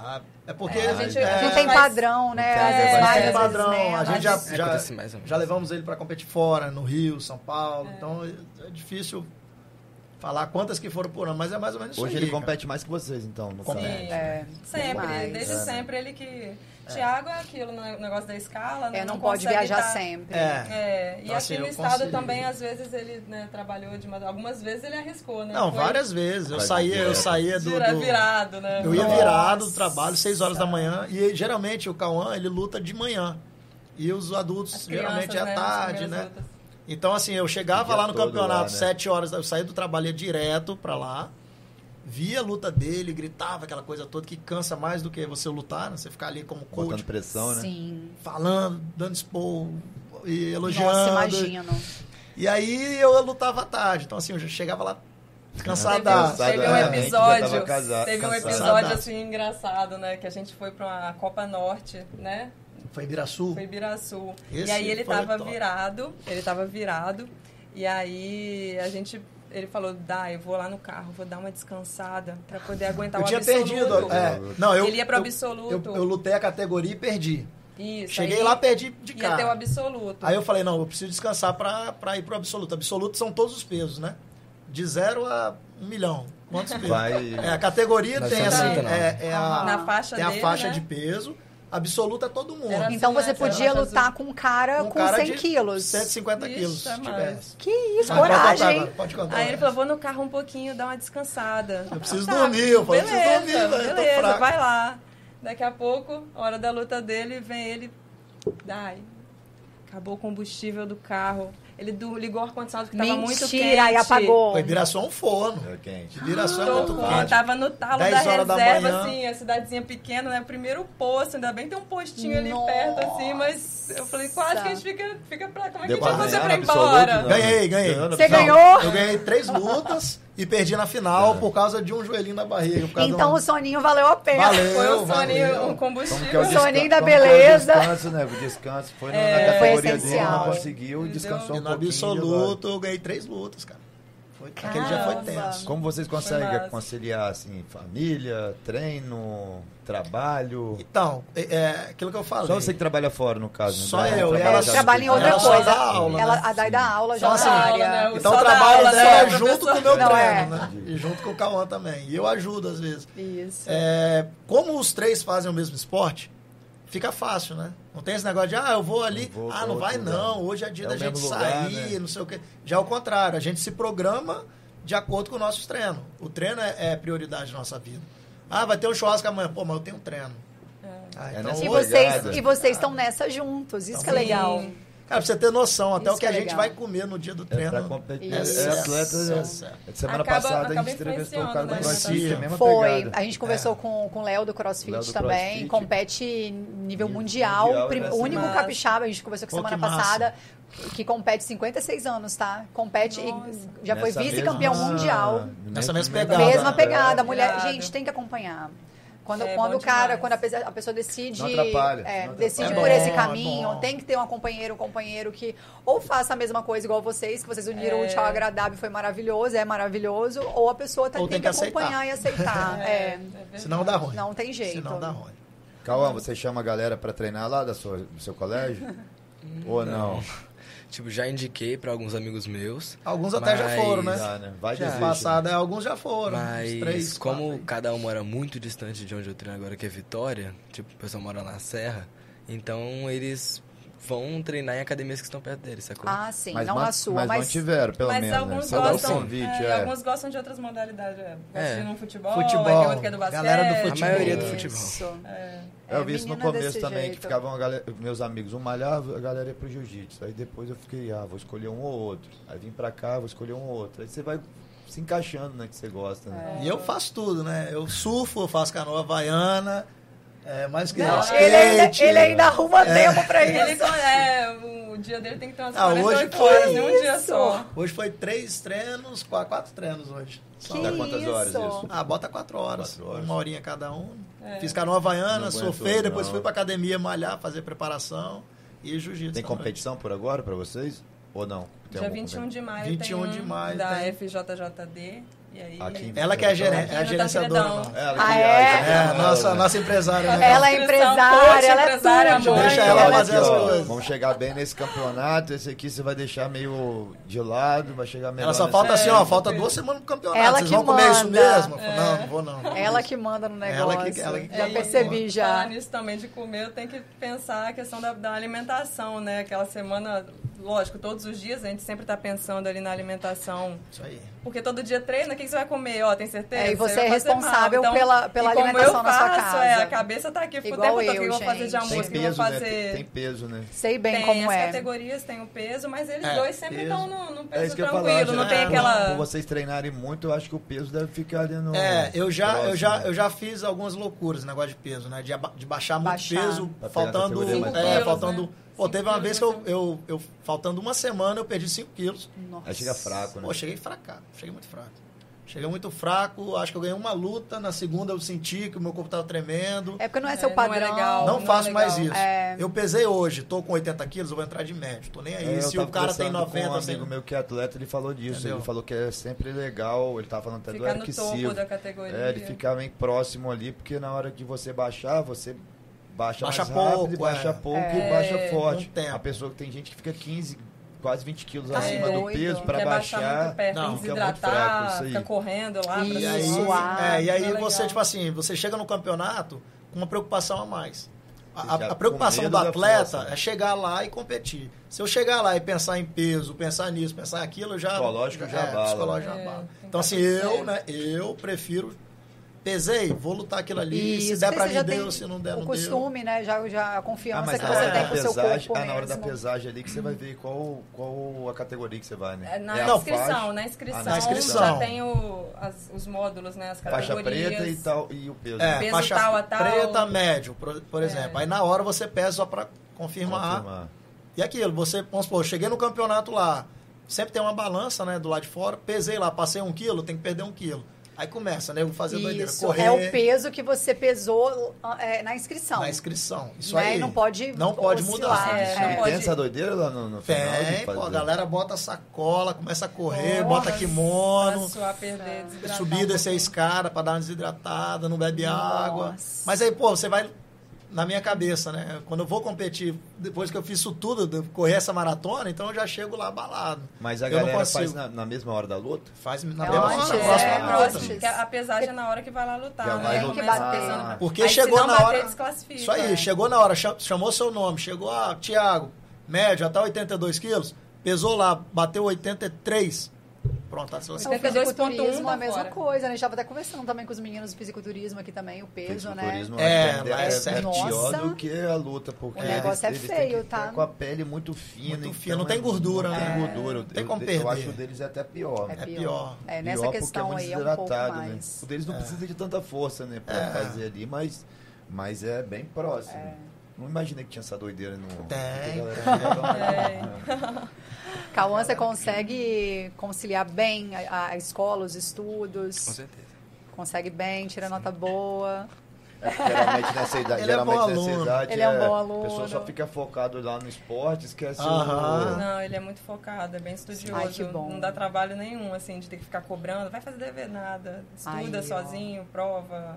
Ah, é porque
É,
a gente,
A
é,
gente tem
mas-
padrão, né?
É,
Às vezes
mas
mais,
tem
às
padrão,
vezes menos.
a gente já-
É, acontece mais ou menos.
já levamos ele pra competir fora, no Rio, São Paulo. Então é difícil falar quantas que foram por ano, mas é mais ou menos
Hoje
isso. aí,
ele
cara.
compete mais que vocês, então. No
Compete.
caso.
É,
Sempre,
demais.
desde
É.
sempre ele que. Tiago é aquilo, né, o negócio da escala, né?
É, não pode
consegue
viajar
tá-
sempre.
É.
É, e
Então, assim,
aqui no
eu
estado
consigo.
também, às vezes, ele né, trabalhou de madrugada. Algumas vezes ele arriscou, né?
Não,
Foi
várias vezes. Eu
Vai
saía, eu
direto.
saía do.
vira-
do-
virado, né?
Eu ia
Nossa.
virado do trabalho, 6 horas da manhã. E geralmente o Cauã, ele luta de manhã. E os adultos,
As
geralmente
crianças,
é à
né, nas
tarde,
primeiras
né?
lutas.
Então, assim, eu
O
chegava
dia
lá no
todo lá, né?
campeonato, sete horas, eu saía do trabalho ia direto pra lá, via a luta dele, gritava aquela coisa toda que cansa mais do que você lutar, né? Você ficar ali como coach,
Botando pressão, né?
Sim.
falando, dando expor e elogiando.
Nossa, imagino.
E aí eu lutava à tarde. Então, assim, eu já chegava lá cansada.
Cansado,
Teve um
é, a gente já
episódio,
tava casado,
teve um
cansado.
episódio assim engraçado, né? Que a gente foi pra uma Copa Norte, né?
Foi em Biraçu.
Foi Ibiraçu.
Esse
e aí ele
foi
tava
top.
virado, ele tava virado. E aí a gente, ele falou, dá, eu vou lá no carro, vou dar uma descansada pra poder aguentar
Eu
o
tinha
absoluto.
perdido. é. não, eu,
Ele ia pro
eu-
absoluto.
Eu, eu lutei a categoria e perdi.
Isso,
Cheguei
aí
lá, perdi de
Ia ter o
cara.
absoluto.
Aí eu falei, não, eu preciso descansar pra, pra ir pro absoluto. Absoluto são todos os pesos, né? De zero a um milhão. Quantos pesos?
Vai-
É, a categoria
Nós
tem
somos
assim,
muito
é, é a,
Na faixa
tem a
dele,
faixa
né?
de peso, absoluta é todo mundo.
Era-
Então você
Era
podia
azul.
lutar com um cara
Um
com
cara
100
de
quilos.
150
Vixe, é
quilos, se
amado.
tivesse.
Que isso,
Mas pode contar
coragem.
agora, Pode contar.
Aí ele falou, vou no carro um pouquinho, dar uma descansada.
Eu preciso
Tá,
dormir, eu falei, eu preciso
beleza,
dormir, velho, eu tô
Beleza,
fraco.
vai lá. Daqui a pouco, hora da luta dele, vem ele. Dai. Acabou o combustível do carro. Ele du- ligou o ar-condicionado que tava muito quente.
Mentira, e apagou.
Foi Ibiraçu é um forno.
É quente.
Ibiraçu é muito
Tocou,
quente.
tava no talo da
10
reserva,
horas da manhã.
assim, a cidadezinha pequena, né? Primeiro posto, ainda bem tem um postinho ali
Nossa.
perto, assim, mas eu falei, quase que a gente fica, fica pra. Como é que
Deu
a gente vai
pra
fazer pra
ganhar
ir
no absoluto,
embora?
não?
Ganhei, ganhei.
Ganhou na
Você
Não,
ganhou?
Eu ganhei três lutas e perdi na final por causa de um joelhinho na barriga. Por causa
Então
de um.
o soninho valeu a pena.
Valeu.
Foi o
Eu,
Sony,
valeu.
o combustível.
que é o
Soninho
descan-
da
como que é o
beleza.
descanso, né? O descanso foi na- na
foi
categoria dele,
essencial.
não conseguiu e
Entendeu?
descansou um
um... No
pouquinho.
absoluto, eu ganhei três lutas, cara. Foi... Aquele dia foi
Caramba.
tenso.
Como vocês
Foi
conseguem
massa.
conciliar assim, família, treino, trabalho?
Então, é, é aquilo que eu falei.
Só você que trabalha fora, no caso. né?
Só
Ela
eu,
trabalha
ela
Ela
já é no
trabalha em
período.
outra
Ela só
coisa.
dá aula,
Ela-
né?
a Dai dá aula já
Só
na
assim,
área.
tá-
né?
Então
Só
o
da
trabalho
aula,
dela
só
é
da
junto com o meu
professora.
Não, é.
treino, né? E junto com o Cauã também. E eu ajudo às vezes.
Isso.
É, como os três fazem o mesmo esporte, fica fácil, né? Não tem esse negócio de, ah, eu vou ali,
Eu vou
ah,
pra
não
outro
vai
lugar.
não, hoje é dia
É
da
o
gente
mesmo lugar,
sair,
né?
não sei o quê. Já é o contrário, a gente se programa de acordo com o nosso treino. O treino é, é prioridade na nossa vida. Ah, vai ter um churrasco amanhã. Pô, mas eu tenho um treino. Ah,
É,
então,
né?
hoje-
E
Obrigado.
vocês e vocês estão nessa juntos, isso que é legal.
Sim.
Cara, pra você ter noção, até
Isso
o que
é
a gente
legal.
vai comer no dia do
É pra
treino.
competir.
Isso.
É atleta.
Isso.
é- Semana
Acaba-
passada a
acaba
gente entrevistou o cara
influenciando,
do
né?
CrossFit, é a mesma
Foi.
pegada.
A gente conversou com, com o Léo do CrossFit
Léo do
também.
CrossFit.
Compete nível
Nível
mundial.
mundial,
prim-
né?
o único
Massa.
capixaba, a gente conversou com
Pô,
semana
que massa.
passada, que compete 56 anos, tá? Compete
Nossa.
e já foi
Nessa
vice-campeão
mesma-
mundial.
Nessa mesma pegada.
Mesma pegada. A
É.
mulher,
Irado.
gente, tem que acompanhar. Quando,
É,
quando
bom
o cara,
demais.
quando a pessoa, a pessoa decide,
Não atrapalha,
é,
não atrapalha.
decide
É
por
bom,
esse
é
caminho,
bom.
tem que ter um companheiro, um companheiro que ou faça a mesma coisa igual vocês, que vocês uniram o
É.
tchau agradável, foi maravilhoso, é maravilhoso, ou a pessoa tá,
Ou
tem, que,
tem que aceitar.
acompanhar e aceitar. é.
verdade.
Senão dá ruim.
Não tem jeito.
Senão dá ruim.
Cauã, você chama a galera pra treinar lá da sua, do seu colégio? Ou não?
Tipo, já indiquei pra alguns amigos meus.
Alguns até já
mas-
foram, né?
Dá, né? Vai
Já.
desistir.
Passada, é, alguns já foram.
Mas
uns três,
como
quatro.
cada um mora muito distante de onde eu treino agora, que é Vitória, tipo, o pessoal mora na Serra, então eles vão treinar em academias que estão perto deles, sacou?
Ah, sim,
Mas
não
man-
na sua, mas,
mantiveram, pelo
Mas
menos.
alguns,
Né? Só dá o
gostam,
convite,
é,
é.
alguns gostam de outras modalidades. É. Gosta
É.
de um futebol,
Futebol.
aí tem outro que é do basquete. é.
Galera do
a
futebol.
maioria do
É.
Isso.
futebol.
É,
Eu vi isso no
É menina
começo
desse
também,
jeito.
que ficavam a galera- meus amigos, um malhava, a galera ia pro jiu-jitsu. Aí depois eu fiquei, ah, vou escolher um ou outro. Aí vim pra cá, vou escolher um ou outro. Aí você vai se encaixando, né, que você gosta, né?
E eu faço tudo, né? Eu surfo, eu faço canoa havaiana, é, mais que
Não,
isso,
ele, ainda,
skate.
ele ainda arruma tempo pra
Ele,
isso.
co- é, o dia dele tem que ter umas
Ah,
48
hoje
horas,
foi
em um dia só.
Hoje foi três treinos, qua- quatro treinos hoje. Só-
Que
Dá quantas
isso?
horas isso?
Ah, bota quatro horas,
Quatro horas.
uma horinha cada um.
É.
Fiz canoa havaiana,
Não
surfei,
aguentou,
depois
não.
fui pra academia malhar, fazer preparação e jiu-jitsu.
Tem
também.
competição por agora pra vocês? Ou não? Tem
Dia
alguma
21
competição?
de maio
21
tem um
de maio
da
tem.
FJJD. E aí...
Aqui em-
Ela que é a, geren-
Aqui
é a
tá
no
gerenciadora.
Tafilidão.
nossa.
Ela
Ah,
que-
é?
ai, que
É,
legal,
nossa,
né?
nossa empresária. né?
Ela é empresária, ela
Coach,
é
empresária, é
tudo.
mãe.
Deixa ela
Olha
fazer
aqui,
as
ó,
coisas.
Vamos chegar bem nesse campeonato. Esse aqui você vai deixar meio de lado, vai chegar melhor.
Ela só
nesse
falta assim, ó,
aqui.
falta duas semanas pro campeonato. Ah,
Ela
Vocês
que
vão comer isso
manda.
mesmo? Eu falo, Não, não vou não.
Ela que manda no negócio.
Ela que- ela que-
já
ela que-
percebi já.
Falar nisso também de comer, eu tenho que pensar a questão da, da alimentação, né? Aquela semana, lógico, todos os dias a gente sempre tá pensando ali na alimentação.
Isso aí.
Porque todo dia treina, o que que você vai comer? Ó, tem certeza?
É, e você
Vai
é
fazer mal.
responsável pela- pela
e como
alimentação
eu
na sua
faço,
casa.
É, a cabeça tá aqui, fica o
Igual
tempo todo, o que
eu,
eu vou fazer
gente.
de almoço,
Tem
o que eu vou
assim,
peso, né? Tem,
fazer...
tem peso, né?
Sei bem
tem
como
as
é.
categorias, tem o peso, mas eles
É,
dois sempre
peso.
estão num, num
É
peso
isso que eu
tranquilo,
falava.
não tem
é,
aquela...
Por vocês treinarem muito, eu acho que o peso deve ficar ali no.
É, eu já, eu,
próximo. né?
já, eu já fiz algumas loucuras, negócio de peso, né? De, aba- de baixar muito
Baixar.
peso,
Pra pegar a
faltando.
categoria mais
é,
baixa.
faltando.
Cinco
Pô, teve uma
quilos,
vez que eu,
né?
eu, eu- Faltando uma semana, eu perdi 5 quilos.
Nossa.
Aí chega fraco, né?
Pô, cheguei fracado, cheguei muito fraco. Cheguei muito fraco, acho que eu ganhei uma luta. Na segunda eu senti que o meu corpo tava tremendo.
É porque não é
É,
seu
não é
padrão.
legal.
Não
não
faço
é legal.
mais isso.
É.
Eu pesei hoje, tô com 80 quilos, eu vou entrar de médio. Tô nem aí.
É, eu
Se o
tava
cara tem assim.
conversando
90,
com um
tem-
amigo meu que é atleta, ele falou disso.
Entendeu?
Ele falou que é sempre legal. Ele tava falando até
Ficar
do
no
Eric
topo
Silva.
da categoria.
É, ele ficar bem próximo ali, porque na hora que você baixar, você baixa,
Baixa
mais rápido,
pouco,
e baixa
é.
pouco e baixa forte.
um tempo.
A pessoa que tem gente que fica 15, quase 20 quilos
Tá
acima do
doido.
peso pra
Quer
baixar.
é baixar muito perto,
Não,
tem que
fica muito fraco, isso
desidratar,
aí.
fica correndo lá pra
Isso,
E
cima.
aí,
suar,
é, e aí
não é
você,
legal.
tipo assim, você chega no campeonato com uma preocupação a mais. A,
Você já
a- a preocupação
com
do
medo da
atleta
força, né?
é chegar lá e competir. Se eu chegar lá e pensar em peso, pensar nisso, pensar aquilo, eu já.
Psicológico já
é,
abala. né?
psicológico já
É,
abala.
tem
Então,
que
assim,
ser.
eu, né, eu prefiro. Pesei, vou lutar aquilo ali.
Isso,
se der pra
você já
mim, deu.
tem
Se não der,
O
não deu.
costume, né? Já, já a
Ah,
confiança
mas
que
na
é,
você
hora,
tem
da
com o seu
pesagem,
corpo né?
ah, na hora da
mesmo.
pesagem ali que você vai ver qual, qual a categoria que você vai, né?
É, Na
É a
inscrição,
faixa-
na inscrição,
Ah, na
inscrição.
já tem o- as- os módulos, né? As
Faixa
categorias.
preta e tal e o peso. né?
É,
Peso
faixa
tal a tal. É.
preta, médio, por, por exemplo. Aí na hora você pesa só pra confirmar.
Confirmar.
E aquilo, você, vamos supor, eu cheguei no campeonato lá, sempre tem uma balança, né, do lado de fora, pesei lá, passei um quilo, tem que perder um quilo. Aí começa, né, eu vou fazer doideira,
Isso,
correr
é o peso que você pesou é, na inscrição.
na inscrição. Isso
Né?
aí.
Não pode
Não pode
oscilar,
mudar.
é,
E
não
tem
pode-
essa doideira lá no, no final?
Tem,
de
pô, a
fazer?
galera bota a sacola, começa a correr,
Nossa,
bota kimono, É.
pra suar, perder, desidratar
subir,
um
descer a
pouquinho.
escada pra dar uma desidratada, não bebe
Nossa.
água. Mas aí, pô, você vai na minha cabeça, né? Quando eu vou competir, depois que eu fiz isso tudo, de correr essa maratona, então eu já chego lá abalado.
Mas a
Eu não
galera
consigo.
faz na, na mesma hora da luta?
Faz na
É
mesma
antes,
hora,
é,
próxima
É,
Ah,
luta.
próximo, porque a pesagem é na hora que vai lá lutar.
Já
né?
vai
Tem que
Começa
bater.
pesando.
Porque
Aí,
chegou
se não
na
bater,
hora-
desclassifica. é.
Isso
né?
aí, chegou na hora, cha- chamou seu nome, chegou, ah, tá Tiago, médio, até 82 quilos, pesou lá, bateu 83. Pronto, tá, a seleção.
O
72.1
fisiculturismo é a
tá
mesma
fora.
coisa, né? A gente tava até conversando também com os meninos do fisiculturismo aqui também, o peso, né?
Fisiculturismo
É,
até
lá é
é,
sério.
pior
Nossa.
do que a luta, porque
O negócio é
eles- eles
feio,
têm que
tá?
ficar com a pele muito fina.
Muito
então
fina, não
é-
tem gordura,
Não tem
né?
gordura.
Tem
Eu-
como
Eu
perder.
acho o deles até pior.
É pior.
É, nessa
Pior porque
questão
muito
aí é um pouco
desidratado, né?
mais.
O deles não precisa de tanta força, né, pra
É.
fazer ali, mas, mas é bem próximo. Não imaginei que tinha essa doideira no...
Tem.
que a galera né? joga uma-
Cauã, você consegue conciliar bem a, a escola, os estudos?
Com certeza.
Consegue bem, tira nota boa.
Geralmente nessa idade,
Ele é
geralmente
bom
nessa
aluno.
idade
É. Ele é um bom
a pessoa
aluno.
só fica focado lá no esporte, esquece
Aham.
o...
Não, ele é muito focado, é bem estudioso.
Ai, que bom.
Não dá trabalho nenhum, assim, de ter que ficar cobrando. Vai fazer dever nada. Estuda
Aí, ó.
sozinho, prova,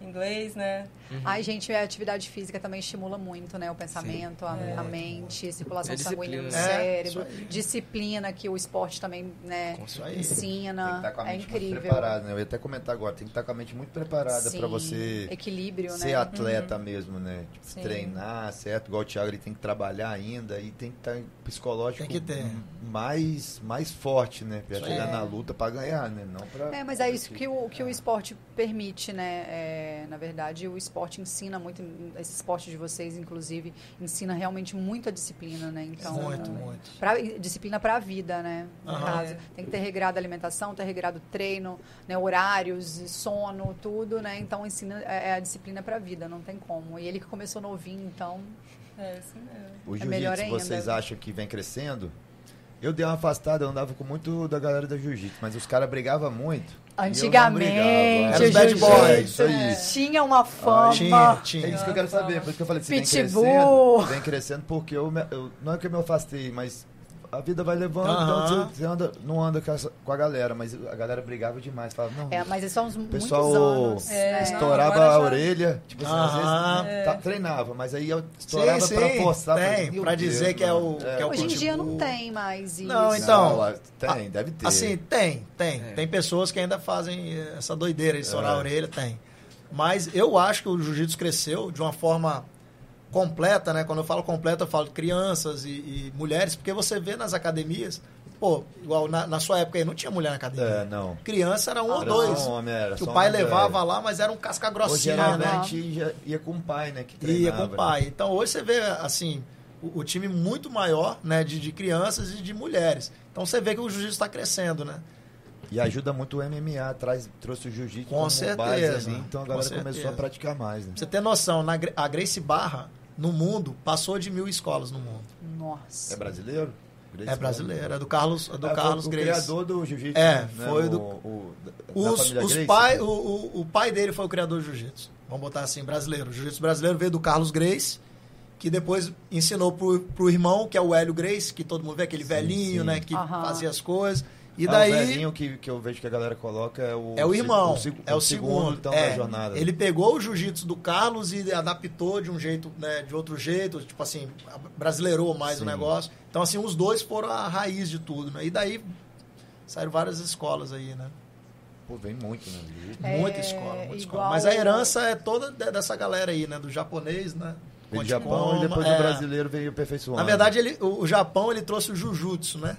inglês, né?
Uhum.
Ai, gente, a atividade física também estimula muito, né? O pensamento, a,
É.
a mente, circulação
É
sanguínea no
disciplina,
né? É,
cérebro,
isso aí.
disciplina que o esporte também, né?
Com
Isso
certeza.
aí.
Tem que
Ensina.
estar tá com a
é
mente muito
incrível.
preparada, né? Eu ia até comentar agora, tem que estar com a mente muito preparada
Sim,
pra você
Equilíbrio,
ser
né?
atleta mesmo, né? Tipo,
Sim.
treinar, certo? Igual o Thiago, ele tem que trabalhar ainda e tem que estar psicológico
Tem que ter.
mais mais forte, né? Pra
Isso
chegar
aí.
na luta pra ganhar, né? Não pra
É, mas é isso que o, que o esporte permite, né? É, na verdade, o esporte ensina muito, esse esporte de vocês, inclusive, ensina realmente muito a disciplina, né? Então,
Muito, muito.
pra- disciplina para a vida, né? No
Aham.
caso, tem que ter regrado a alimentação, ter regrado o treino, né? horários, sono, tudo, né? Então, ensina é, é a disciplina para a vida, não tem como. E ele que começou novinho, então,
É isso mesmo.
O
É
jiu-jitsu,
melhor ainda,
vocês
né?
acham que vem crescendo? Eu dei uma afastada, eu andava com muito da galera da jiu-jitsu, mas os caras brigavam muito. e eu não
Antigamente, é.
brigava. Era
o
os bad
jiu-jitsu,
boys, isso aí.
tinha uma fama.
Tinha,
É isso
tinha.
que eu quero saber, por isso que eu falei, se vem
Pitbull.
crescendo, vem crescendo porque eu, me- eu- não é que eu me afastei, mas a vida vai levando,
Aham.
então você, você anda, não anda com, essa- com a galera, mas a galera brigava demais, falava, não,
É, mas são uns
o
muitos
pessoal
anos.
É.
né?
estourava
Não, agora
a
já-
orelha, tipo assim, às
Aham.
vezes tá- treinava, mas aí eu estourava
Sim,
pra
sim,
forçar.
tem,
falei,
pra
"Meu
dizer
Deus,
que é
mano,
o-
é,
que é o
Hoje em dia não
Pitbull.
tem mais isso.
Não, então,
Não, tem, deve ter.
Assim, tem, tem.
É.
Tem pessoas que ainda fazem eh, essa doideira de estourar
É.
a orelha, tem. Mas eu acho que o jiu-jitsu cresceu de uma forma completa, né? Quando eu falo completa, eu falo crianças e, e mulheres, porque você vê nas academias, pô, igual na, na sua época aí não tinha mulher na
É,
academia.
não.
Criança era um ou
Era
dois.
só um homem, era
que
só
o
um
pai
homem,
levava
é.
lá, mas era um casca
Hoje
grossinha, né?
geralmente ia, ia com o pai, né? Que treinava,
Ia com o pai. Então hoje você vê, assim, o, o time muito maior, né? De, de crianças e de mulheres. Então você vê que o jiu-jitsu está crescendo, né?
E ajuda muito o MMA, traz, trouxe o jiu-jitsu
Com
como
certeza,
ali, então a
com
galera
certeza.
começou a praticar mais, né?
Pra você ter noção, na, Gre- a Grace Barra, no mundo, passou de mil escolas no mundo.
Nossa.
É brasileiro? Gracie
é brasileira, é do Carlos, é do
Ah, foi
Carlos
o
Grace.
criador do jiu-jitsu.
É,
né?
foi
o,
do-
o- da- da
Os,
família né?
os
Gracie.
pai, o, o, o pai dele foi o criador do jiu-jitsu. Vamos botar assim, brasileiro. O jiu-jitsu brasileiro veio do Carlos Grace, que depois ensinou pro, pro irmão, que é o Hélio Grace, que todo mundo vê, aquele velhinho,
sim.
né? Que
Aham.
fazia as coisas. E
Ah,
daí.
O velhinho que, que eu vejo que a galera coloca é o...
É o
seg-
irmão,
seg-
é o segundo.
então,
é.
da jornada.
Ele pegou o jiu-jitsu do Carlos e adaptou de um jeito, né, de outro jeito, tipo assim, brasileirou mais o
Sim.
negócio. Então, assim, os dois foram a raiz de tudo, né? E daí saíram várias escolas aí, né?
Pô, vem muito, né?
É,
muita escola, muita escola.
igual-
Mas a herança é toda de- dessa galera aí, né? Do japonês, né?
Veio do
Conte
Japão
Koma,
e depois
é.
o brasileiro né? veio aperfeiçoando.
Na verdade, ele, o o Japão, ele trouxe o jujutsu, né?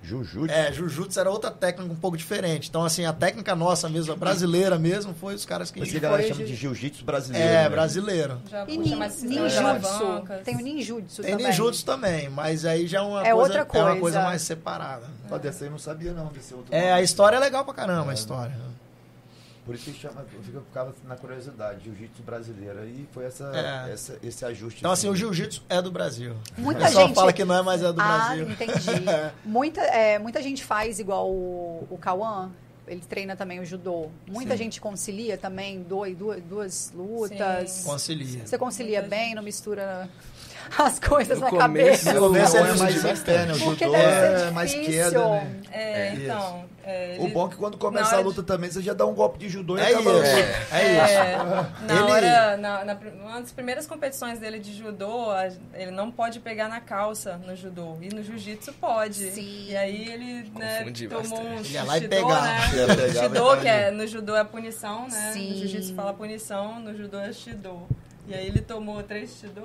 Jujutsu.
É, jujutsu era outra técnica um pouco diferente. Então, assim, a técnica nossa mesmo, a brasileira mesmo, foi os caras que...
Por isso que a galera
foi
chama de jiu-jitsu brasileiro.
É,
né?
brasileiro.
Já
E
puxa
nin,
mais sistema de
ninjutsu.
alavancas.
Tem o ninjutsu
Tem
também.
ninjutsu também, mas aí já é uma,
É
coisa,
outra
é
coisa.
uma coisa mais separada.
Pô, dessa aí eu não sabia, não. Desse outro
É, a
nome.
história é legal pra caramba, a história.
Por isso que chama, eu fico- eu ficava na curiosidade, jiu-jitsu brasileiro. E foi essa,
É.
essa- esse ajuste. né?
Então, assim, o jiu-jitsu é do Brasil.
Muita
o pessoal
gente-
fala que não é, mas é do
ah,
Brasil.
entendi. Muita, é, muita gente faz igual o, o Cauã. Ele treina também o judô. Muita
Sim.
gente concilia também dois, duas, duas lutas.
Sim.
Concilia. É
Você concilia
Muita
bem,
gente.
não mistura as coisas
No
na
começo-
cabeça.
No começo
é
é
mais
difícil.
de pé, né? O
Porque
judô
deve ser
é mais
difícil.
queda, né?
É,
É.
então. é,
O
ele-
bom é que quando
na
começa
hora
a
de-
luta também, você já dá um golpe de judô e
É
acaba a
isso.
luta.
É isso.
É, na
Ele-
hora, na, na, pr- uma das primeiras competições dele de judô, a- ele não pode pegar na calça no judô. E no jiu-jitsu pode.
Sim.
E aí ele né,
Confunde
tomou
bastante.
um
Ele ia lá e
shishidô,
pegava.
Ia
né?
pegar,
Shidô,
vai
que é, no judô é punição, né?
Sim.
No jiu-jitsu fala punição, no judô é shidô. E aí ele tomou três tidos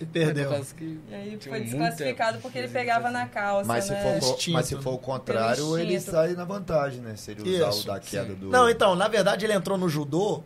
E perdeu.
Por causa que
e aí
Tinha
foi
muita
desclassificado porque ele pegava na calça,
Mas se,
É
né?
for, co-
Instinto,
mas se for
né?
o contrário,
Pelo
ele
então.
instinto.
sai na vantagem, né? Se ele usar
Isso,
o da queda do.
Não, então, na verdade ele entrou no judô.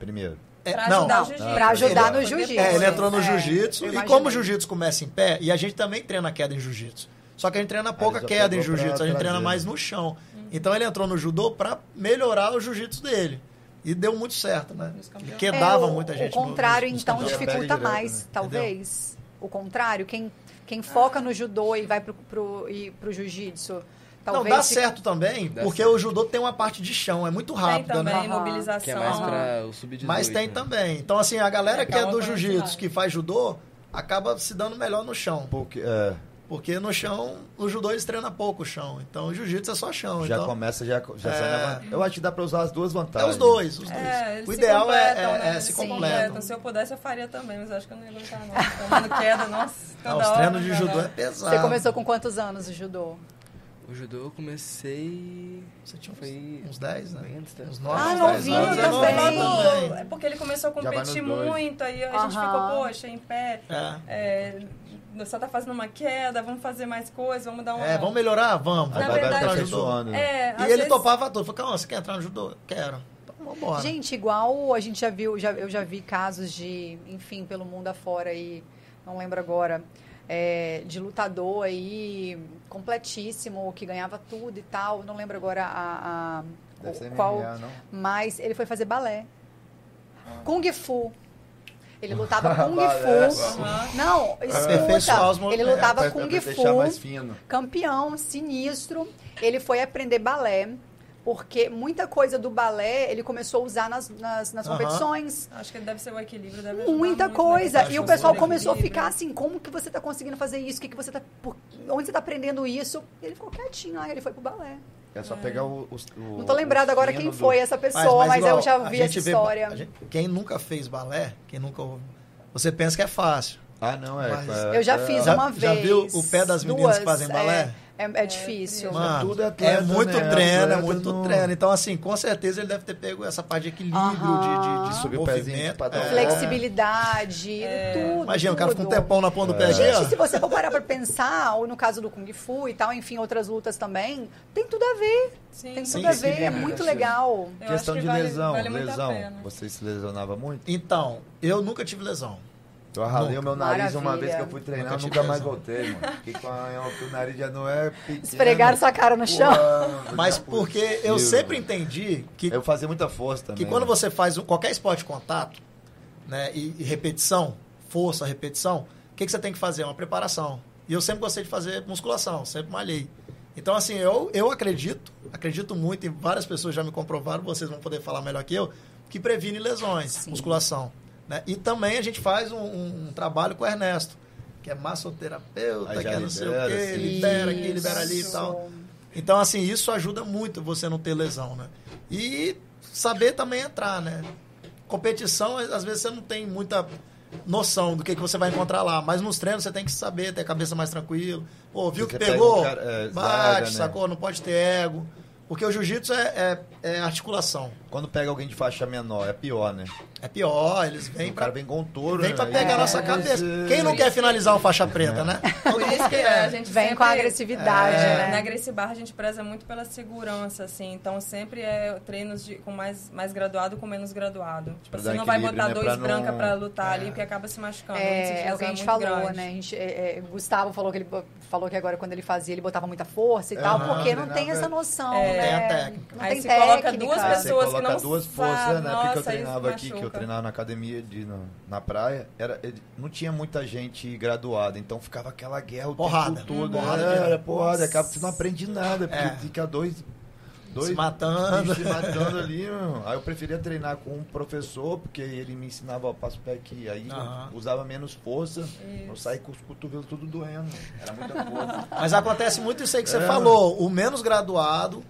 Primeiro.
é,
Pra
não,
ajudar
Não,
o jiu-jitsu.
pra ajudar
Ele-
no jiu-jitsu.
É, ele entrou no
É,
jiu-jitsu.
eu
E
imaginei.
como o jiu-jitsu começa em pé, e a gente também treina queda em jiu-jitsu. Só que a gente treina pouca
ele já
queda em
pegou pra
jiu-jitsu, a gente treina
trazer,
mais
né?
no chão.
Uhum.
Então ele entrou no judô pra melhorar o jiu-jitsu dele. E deu muito certo, né?
Nos
Ele
campeões.
quedava
É, o-
muita gente.
O contrário,
no, nos
então,
campeõnatos.
campeonatos.
dificulta
Pega direto,
mais,
né?
talvez. O contrário, quem, quem foca no judô e vai pro, pro, e pro jiu-jitsu,
Não,
talvez.
dá
se-
certo também,
Dá
porque
certo.
o judô tem uma parte de chão, é muito
Tem
rápida,
também
né?
Aham.
mobilização.
que é mais pra o sub-18.
Mas tem
né?
também. Então, assim, a galera
É,
que é
acaba
do
com a
jiu-jitsu,
velocidade.
que faz judô, acaba se dando melhor no chão.
Porque, é,
Porque no chão, o judô eles treinam pouco o chão. Então o jiu-jitsu é só chão.
já
então,
começa, já, já
É.
sai na vantagem. Eu acho que dá pra usar as duas
é
vantagens.
os dois, os dois.
É, eles
o
se
ideal é,
completam,
é-
né?
é se
Eles
completam.
Se eu pudesse, eu faria também, mas acho que eu não ia aguentar, não. Tomando queda, nossa, toda
Ah, os
hora. né,
treinos de
não dá,
judô
não.
é pesado.
Você começou com quantos anos de judô?
O judô eu comecei.
Você tinha uns,
Foi-
uns 10, né?
Antes, tá?
Uns 9,
Ah,
uns
não
10
vi,
anos.
eu
É novinho
também.
Logo, é porque ele começou a
Já vai
competir
nos dois.
muito, aí a gente
Aham.
ficou, poxa, em pé.
É.
É, só tá fazendo uma queda, vamos fazer mais coisas, vamos dar uma.
É, vamos melhorar? Vamos.
Aí
Na
vai, vai
verdade,
aperfeiçoando, né?
É, às
E ele
vezes-
topava tudo. Falou, calma, você quer entrar no judô? Quero. Então vambora.
Gente, igual a gente já viu, já- eu já vi casos de, enfim, pelo mundo afora e não lembro agora, é, de lutador aí completíssimo, que ganhava tudo e tal. Não lembro agora a, a-
Deve ser
qual,
MMA, não?
mas ele foi fazer balé. Kung Fu. Ele lutava Kung
Balé,
Fu.
Aham.
Não,
aperfeiçoar os
escuta. Ele
movimentos,
lutava
É, pra-
Kung
pra deixar mais
Fu,
fino.
campeão, sinistro. Ele foi aprender balé, porque muita coisa do balé ele começou a usar nas, nas, nas
Aham.
competições.
Acho que deve ser o equilíbrio, deve ajudar
Muita
muito,
coisa.
né?
E o
Acho
pessoal
que
começou a
equilíbrio.
ficar assim, como que você tá conseguindo fazer isso? O que, que você tá. por- onde você tá aprendendo isso? E ele ficou quietinho lá, ele foi pro balé.
É só pegar o. os- o-
Não tô lembrada
o
agora
fino
quem
do-
foi essa pessoa, mas,
igual,
eu já
a
ouvi
gente
essa
vê-
história.
a gente- quem nunca fez balé, quem nunca ouve, você pensa que é fácil.
Ah, não, é.
Mas-
é-
Eu já
é-
fiz
Já-
uma
já
vez.
viu o pé das meninas
duas,
que fazem balé?
É, é- é difícil.
Mano, tudo é
é,
atleta,
muito
né?
treino, é
Atleta
muito
não-
treino. Então, assim, com certeza ele deve ter pego essa parte de equilíbrio,
Aham.
de, de, de
De subir
subir
o pezinho tipo,
movimento.
pra dar
é.
uma
Flexibilidade,
É.
tudo.
Imagina, o cara fica um
tudo.
tempão na ponta do
É.
pé aqui,
Gente, se
ó.
você for parar pra pensar, ou no caso do Kung Fu e tal, enfim, outras lutas também, tem tudo a ver.
Sim,
Tem
sim.
tudo
Sim,
a
sim,
ver, é
sim.
muito legal.
Eu acho
Questão
que
de
vale-
lesão.
vale muito a pena.
lesão. Você se lesionava muito?
Então, eu nunca tive lesão.
Eu ralei o meu nariz uma
Maravilha.
vez que eu fui treinar, eu
Nunca
nunca
tive
mais
lesão.
voltei, mano. Fiquei com a- que o nariz já não é pequeno.
Esfregaram sua cara no chão.
Pô,
Mas
não é
porque
possível,
eu sempre
mano.
entendi que,
Eu fazia muita força também. né?
que quando
mano.
você faz um- qualquer esporte de contato, né, e, e repetição, força, repetição, o que, que você tem que fazer? Uma preparação. E eu sempre gostei de fazer musculação, sempre malhei. Então, assim, eu, eu acredito, acredito muito, e várias pessoas já me comprovaram, vocês vão poder falar melhor que eu, que previne lesões,
Sim.
musculação. Né? E também a gente faz um, um- um trabalho com o Ernesto, que é massoterapeuta,
Aí já
que é não sei o
libera,
quê,
assim.
libera aqui, libera ali e
Isso.
tal. Então, assim, isso ajuda muito você não ter lesão, né? E saber também entrar, né? Competição, às vezes você não tem muita noção do que, que você vai encontrar lá, mas nos treinos você tem que saber, ter a cabeça mais tranquila. Pô, viu
Você
que
pega
pegou?
um cara, é,
bate,
zaga, né?
sacou? Não pode ter ego. Porque o jiu-jitsu é, é- é articulação.
Quando pega alguém de faixa menor, é pior, né?
É pior, eles vêm
o cara
pra,
vem com um touro,
vem
né? é.
pra
Aí-
pegar a nossa cabeça. Quem não quer finalizar o faixa preta, né?
É.
Por isso que É, a gente
Vem com a
sempre-
agressividade,
É, Na
né?
Gracibar a gente preza muito pela segurança, assim. Então sempre é treinos de, com mais, mais graduado com menos graduado. Tipo
Pra
assim,
dar
não vai
equilíbrio,
botar
né?
dois
Pra não-
brancas pra
é.
lutar ali, porque acaba se machucando. índice de
É, é o
lesão
que a gente
Ah, muito
falou,
grande.
né? A gente, é, é, o Gustavo falou que ele bo- falou que agora quando ele fazia, ele botava muita força e tal,
Aham,
porque não tem
treinava-
essa noção,
Não
né?
tem a técnica.
Não
É. Aí
tem
se coloca
técnica.
duas
Aí você
pessoas que
coloca
não
duas
fa-
forças, né? Porque eu
nossa,
treinava
isso
aqui, que eu
machuca.
treinava na academia de, na, na praia, era, ele- não tinha muita gente graduada, então ficava aquela guerra o
Porrada.
tempo todo.
Hum, porrada,
era,
guerra.
porrada, acaba que você não aprende nada, porque
É.
fica dois, dois
Se matando.
bichos se matando ali. meu. Aí eu preferia treinar com um professor, porque ele me ensinava ó, passo pé aqui, aí eu
Aham.
usava menos força, eu saí com os cotovelos tudo doendo, era muita força.
Mas acontece muito isso aí que você
É.
falou. O menos graduado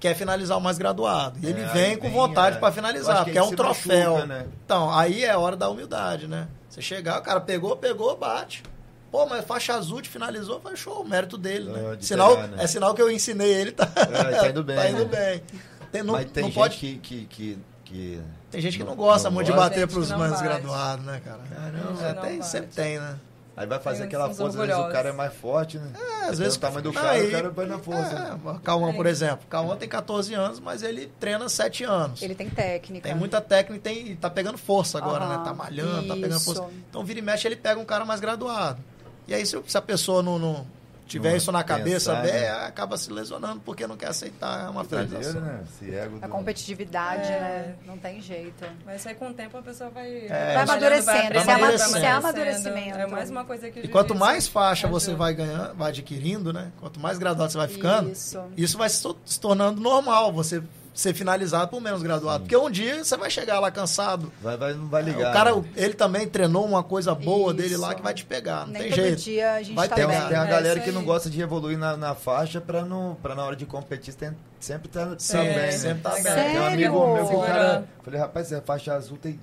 quer finalizar o mais graduado. E ele
É,
vem
aí
com
vem,
vontade
é.
pra
Eu
finalizar,
acho que
porque é
aí
um
se
troféu.
machuca, né?
Então, aí é hora da humildade, né? Você chegar, o cara pegou, pegou, bate. Pô, mas faixa azul te finalizou, foi show, mérito dele, né?
É, de
sinal,
pegar, né?
É sinal que eu ensinei ele, tá,
É, tá indo bem,
tá indo
né?
bem. Tem- não
Mas tem
não
gente
pode
que, que, que, que.
Tem gente que não gosta
não
muito de
gosta.
bater
Gente
pros
que não
manos
bate.
graduados, né, cara?
Gente
Caramba,
que não
tem,
bate.
sempre tem, né?
Aí vai fazer
Tem
aquela
uns
força, às vezes o
orgulhosos.
cara é mais forte, né?
É, às vezes.
o tamanho do
Ah,
cara,
e-
o cara vai na força.
É,
né?
o Cauã, por exemplo. Cauã tem 14 anos, mas ele treina 7 anos.
Ele tem técnica.
Tem muita técnica tem, e tá pegando força agora,
Aham,
né? Tá malhando, tá pegando
isso.
força. Então, vira e mexe, ele pega um cara mais graduado. E aí, se, se a pessoa não, não tiver
Não
isso na cabeça,
pensar,
bem, é,
né?
acaba se lesionando porque não quer aceitar uma
Verdadeiro,
finalização.
né? Esse ego
A
do-
competitividade,
É.
né? Não tem jeito.
Mas aí com o tempo a pessoa vai.
É.
Vai amadurecendo, é
esse
aprendendo, vai
amadu- esse
amadurecimento.
É mais uma coisa que o
E quanto
jiu-jitsu
mais faixa
É
você
ajuda.
vai ganhando, vai adquirindo, né? Quanto mais graduado você vai ficando,
Isso.
isso vai se, to- se tornando normal, você ser finalizado por menos graduado. Porque um dia você vai chegar lá cansado.
Vai, vai, não vai ligar.
É, o cara,
né?
o- ele também treinou uma coisa boa
Isso.
dele lá que vai te pegar, não
Nem
tem
todo
jeito.
dia a gente
Vai
tá
ter
Tem,
bem.
uma, tem uma
É,
galera
isso
que não
aí.
gosta de evoluir na, na faixa pra, não, pra na hora de competir tem- sempre tá também, né?
sempre tá bem.
Tem um
Sério?
amigo meu que o cara... Falei, rapaz, essa faixa azul tem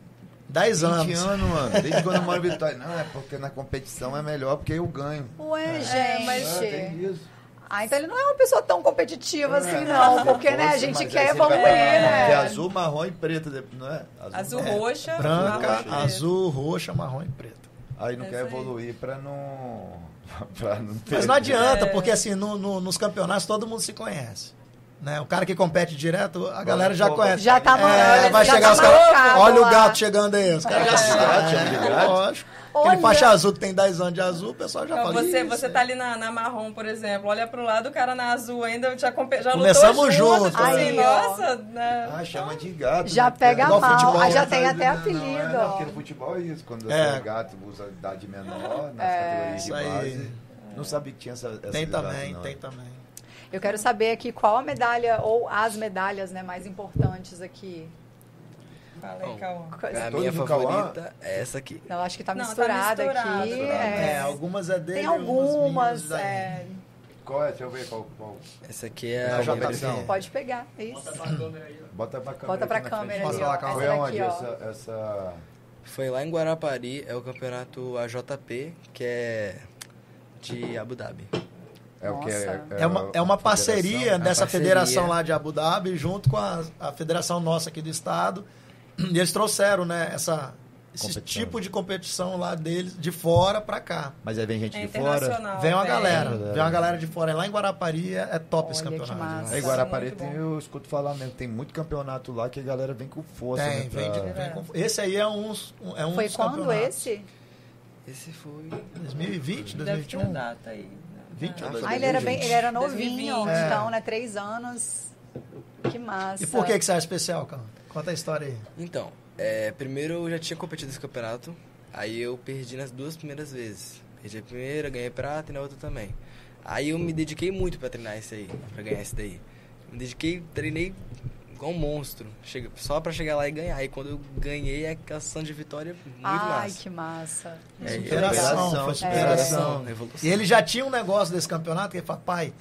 10
20
anos.
anos, mano. Desde quando eu moro em Vitória. Não, é porque na competição é melhor, porque eu ganho.
Ué,
É,
gente.
mas-
Ah, tem isso.
Ah, então ele não é uma pessoa tão competitiva assim,
É.
não. Porque,
Se
né, a
fosse,
gente
mas
quer
aí você vai
evoluir,
pra- Que é
né?
azul, marrom e preta, depois, não é?
Azul
marrom.
roxa,
né? Branca,
marrom e preto.
azul, roxa, marrom e preta.
Aí não
É
quer
isso aí.
evoluir pra não... pra não
Mas
perder.
não adianta,
É.
porque assim, no- no- nos campeonatos todo mundo se conhece. Né? O cara que compete direto, a galera já
pô,
conhece.
Já tá
É,
morando,
vai
já
chegar
tá
os caras.
marcado
Olha o
lá."
gato chegando aí. Os caras já
É.
sabem.
Gato, chama de gato?
"Ah, Lógico.
Olha.
Aquele faixa azul que tem 10 anos de azul, o pessoal já
Então,
fala.
você,
"Ih,
você
isso né?
tá
aí".
ali na, na marrom, por exemplo, olha pro lado, o cara na azul ainda já, compe- já lutou
Começamos
junto.
junto,
tipo assim,
aí, ó.
nossa, né?
Ah, chama de gato.
Já
né?
pega
Igual
mal.
futebol,
Ah, já
né?
tem
Mas,
até
não,
apelido.
Não, é, não, porque no futebol é isso. Quando
É.
você é gato, usa idade menor, nas
É.
categorias de
Isso aí.
base. Não sabia que tinha essa... essa
Tem
idade,
também,
não. é.
tem também.
Eu quero saber aqui qual a medalha ou as medalhas né, mais importantes aqui.
Fala aí,
Bom.
Cauã.
É
A
todo
minha
do Cauã?
favorita é essa aqui.
Eu acho que tá
Não, tá
misturada
misturado.
aqui.
Misturado.
é.
É, algumas é dele.
Tem
umas minhas
algumas.
aí.
é,
Qual é? Deixa eu ver qual... qual.
Essa aqui é
Na
a minha
competição.
preferida.
Pode pegar. é Isso.
Bota pra câmera.
Bota pra
aqui na frente.
câmera ali.
Mostra lá,
ó.
calma.
Foi
Essa
aonde
daqui, ó.
essa, essa...
Foi lá em Guarapari, é o campeonato AJP, que é de Abu Dhabi.
É o que?
Nossa.
É uma, é uma
a
parceria
federação?
dessa
parceria.
federação lá de Abu Dhabi junto com a, a federação nossa aqui do estado. E eles trouxeram, né, essa, esse
Competição.
tipo de competição lá deles, de fora pra cá.
Mas aí vem gente
É
de fora.
internacional.
vem uma
né?
galera,
Galera. É
vem uma galera de fora. É lá em Guarapari é, é top esse
Olha, que
campeonato.
massa.
Aí Guarapari
Muito bom.
tem, eu escuto falar mesmo, tem muito campeonato lá que a galera vem com força.
Tem,
né,
vem de,
pra-
vem com- esse aí é um, um- é um
Foi
dos
quando
campeonatos.
esse?
Esse foi.
Deve ter
2020, 2021?
uma data aí. né?
20 ou
Ah,
2021.
Ah, ele era,
Gente.
bem, ele era novinho,
2020.
É.
então, né? Três anos. Que massa.
E por que, que você é especial, cara? Conta a história aí.
Então, é, primeiro eu já tinha competido esse campeonato, aí eu perdi nas duas primeiras vezes. Perdi a primeira, ganhei prata e na outra também. Aí eu me dediquei muito pra treinar esse aí, pra ganhar esse daí. Me dediquei, treinei igual um monstro, chega- só pra chegar lá e ganhar. E quando eu ganhei, é aquela sensação de vitória muito
Ai,
massa.
que massa.
É,
Superação,
superação,
foi superação.
Evolução, evolução.
E ele já tinha um negócio desse campeonato, que ele fala, pai,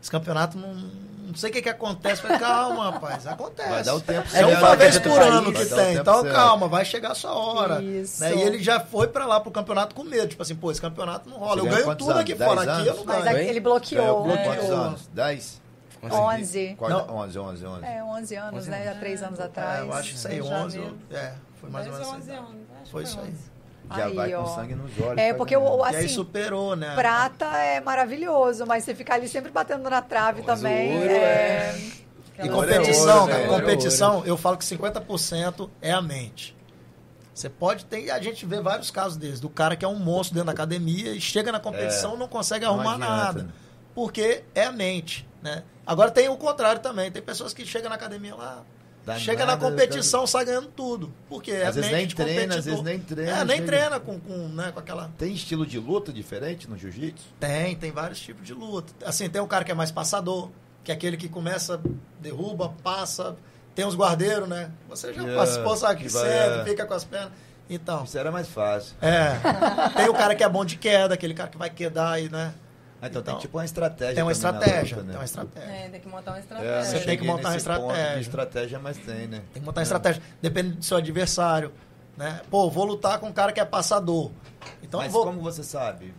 esse campeonato não. Não sei o que, que acontece. Eu Falei, calma, rapaz, acontece.
Vai dar o tempo
É
certo,
uma
vai
vez
dar o
por
tempo
ano que
certo.
tem.
Vai dar o
Então,
tempo
calma, vai chegar a sua hora.
Isso.
né? E ele já foi pra lá pro campeonato com medo. Tipo assim, pô, esse campeonato não rola.
Você
eu
ganhou
ganho
quantos
tudo aqui
anos?
fora.
Dez
Aqui eu não
anos?
é
Mas
ganho.
aí
Bem,
ele
Ganhou
bloqueou. É,
por É, quantos
bloqueou.
anos? 10?
Consegui.
11.
Quarta-
Não.
11, 11, 11.
É, 11 anos,
11
né? Há três anos atrás.
É, eu acho que isso aí,
Em
11.
janeiro.
ou- É, foi mais ou
Dez,
menos. essa
11
idade.
anos, acho que
Foi isso aí.
11.
Já
Aí,
vai
ó.
com sangue nos olhos.
É,
pra
porque o,
ganhar.
o-
E aí
assim,
superou, né?
prata é maravilhoso, mas você fica ali sempre batendo na trave
Mas o
também.
ouro
é...
E
Ela
competição,
ouro,
cara,
É
né?
competição, eu falo que 50% é a mente. Você pode ter, e a gente vê vários casos desses, do cara que é um monstro dentro da academia e chega na competição e não consegue
É. Não
arrumar
adianta,
nada.
né?
Porque é a mente, né? Agora tem o contrário também, tem pessoas que chegam na academia lá,
Dá
chega
Tá
na
nada, tá-
competição, sai ganhando tudo. Porque é a
Às vezes
mente
nem
de
treina, às
competidor.
vezes nem treina.
É, nem
chega-
treina com, com, né, com aquela...
Tem estilo de luta diferente no jiu-jitsu?
Tem, tem vários tipos de luta. Assim, tem o cara que é mais passador, que é aquele que começa, derruba, passa. Tem os guardeiros, né? Você já
Yeah,
participou, sabe que
que vai- é.
serve, fica com as pernas. Então,
Isso era mais fácil.
é. tem o cara que é bom de queda, aquele cara que vai quedar e, né?
Ah, então,
Então,
tem tipo uma estratégia.
Tem uma
também na
estratégia,
luta, né?
tem uma estratégia.
É, tem que montar uma
É,
estratégia.
Você
você
tem que montar uma estratégia.
estratégia, mas tem, né?
Tem que montar uma estratégia. Depende do seu adversário. Né? Pô, vou lutar com um cara que é passador. Então eu
Mas
vou.
como você sabe?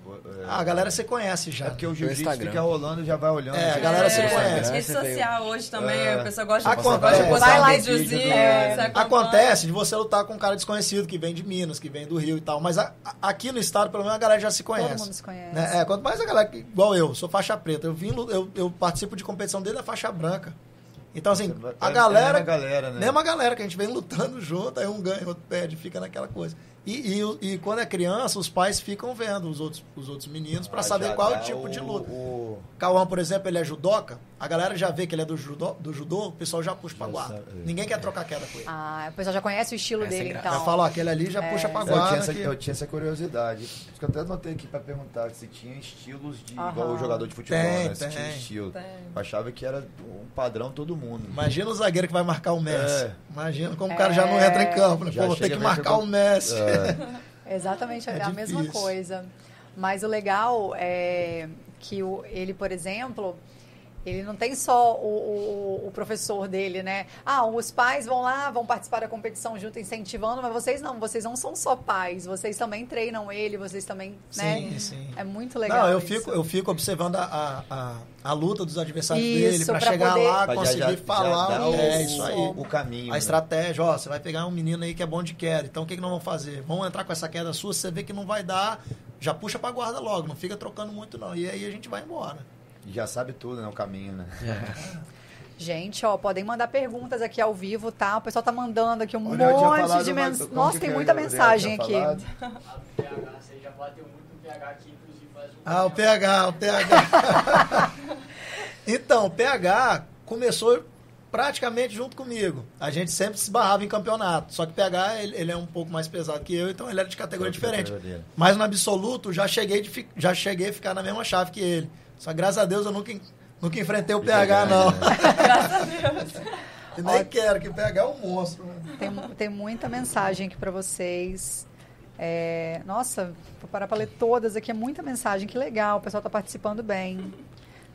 Ah, a galera você conhece já.
É porque o jiu-jitsu
Instagram.
fica rolando e já vai olhando.
É, a
já-
galera se
é,
conhece.
Rede
Você veio-
social hoje também,
É.
a pessoa gosta de,
Acontece.
gosta de
Vai
postar um
lá.
videozinho,
É.
você acompanha.
né? Acontece de você lutar com um cara desconhecido que vem de Minas, que vem do Rio e tal. Mas a- a- aqui no estado, pelo menos, a galera já se conhece.
Todo mundo se conhece.
Né? É, quanto mais a galera, que- igual eu, sou faixa preta. Eu, vim, lu- eu, eu participo de competição desde a faixa branca. Então, assim,
Vai-
a
é
galera.
mesma galera, né?
Mesma galera que a gente vem lutando junto, aí um ganha, outro perde, fica naquela coisa. E, e, o- e quando é criança, os pais ficam vendo os outros, os outros meninos pra
Ah,
saber
já
qual é
dá
o tipo de luta.
o-
Cauã, por exemplo, ele é judoca, a galera já vê que ele é do judô, do judô o pessoal já puxa pra guarda.
sabe, é.
Ninguém quer trocar queda com ele.
Ah, o pessoal já conhece o estilo
Essa é
dele,
graça.
já
então.
fala, ó, aquele ali já puxa
É.
pra
Eu tinha,
guarda.
essa,
que-
eu tinha essa curiosidade. Por isso que eu até anotei aqui pra perguntar se tinha estilos de. Igual
Aham.
o jogador de futebol,
Tem,
né? Se tinha
tem,
estilo.
tem.
Eu achava que era um padrão todo mundo.
Imagina o zagueiro que vai marcar o Messi.
É.
Imagina como o cara já
É.
não entra em campo, né?
Já
Pô, vou
chega
ter que
meio
marcar
com-
o Messi.
É,
Exatamente, é,
É
a mesma
difícil.
coisa. Mas o legal é que o, ele, por exemplo, ele não tem só o, o- o professor dele, né? Ah, os pais vão lá, vão participar da competição junto, incentivando, mas vocês não, vocês não são só pais, vocês também treinam ele, vocês também, né?
Sim, sim.
É muito legal.
não, eu
isso.
fico, eu fico observando a, a, a, a luta dos adversários
Isso,
dele pra
pra
chegar
poder-
lá,
pra já-
conseguir
já- já
falar.
dá
o- é
o-
isso aí.
O caminho.
A
né?
estratégia, ó, você vai pegar um menino aí que é bom de queda. Então o que, que nós vamos fazer? Vamos entrar com essa queda sua, se você vê que não vai dar, já puxa pra guarda logo, não fica trocando muito não. E aí a gente vai embora.
Já sabe tudo, né? O caminho, né?
É. Gente, ó, podem mandar perguntas aqui ao vivo, tá? O pessoal tá mandando aqui um
Olha, eu tinha
monte
falado,
de
mas
mensagens.
como
Nossa,
que
tem
eu
muita
já tinha
mensagem aqui.
falado?
Ah, do PH, você já bateu muito no PH aqui, inclusive faz um.
Ah, o PH, o PH. então, o PH começou praticamente junto comigo. A gente sempre se barrava em campeonato. Só que o PH, ele, ele é um pouco mais pesado que eu, então ele era de categoria
Outra
diferente.
categoria.
Mas no absoluto, já cheguei, de fi- já cheguei a ficar na mesma chave que ele. Só que, graças a Deus eu nunca, en- nunca enfrentei o PH, não.
né?
E nem quero, que o PH é um monstro. né?
Tem, tem muita mensagem aqui pra vocês. É, nossa, vou parar pra ler todas aqui. É muita mensagem, que legal. O pessoal tá participando bem.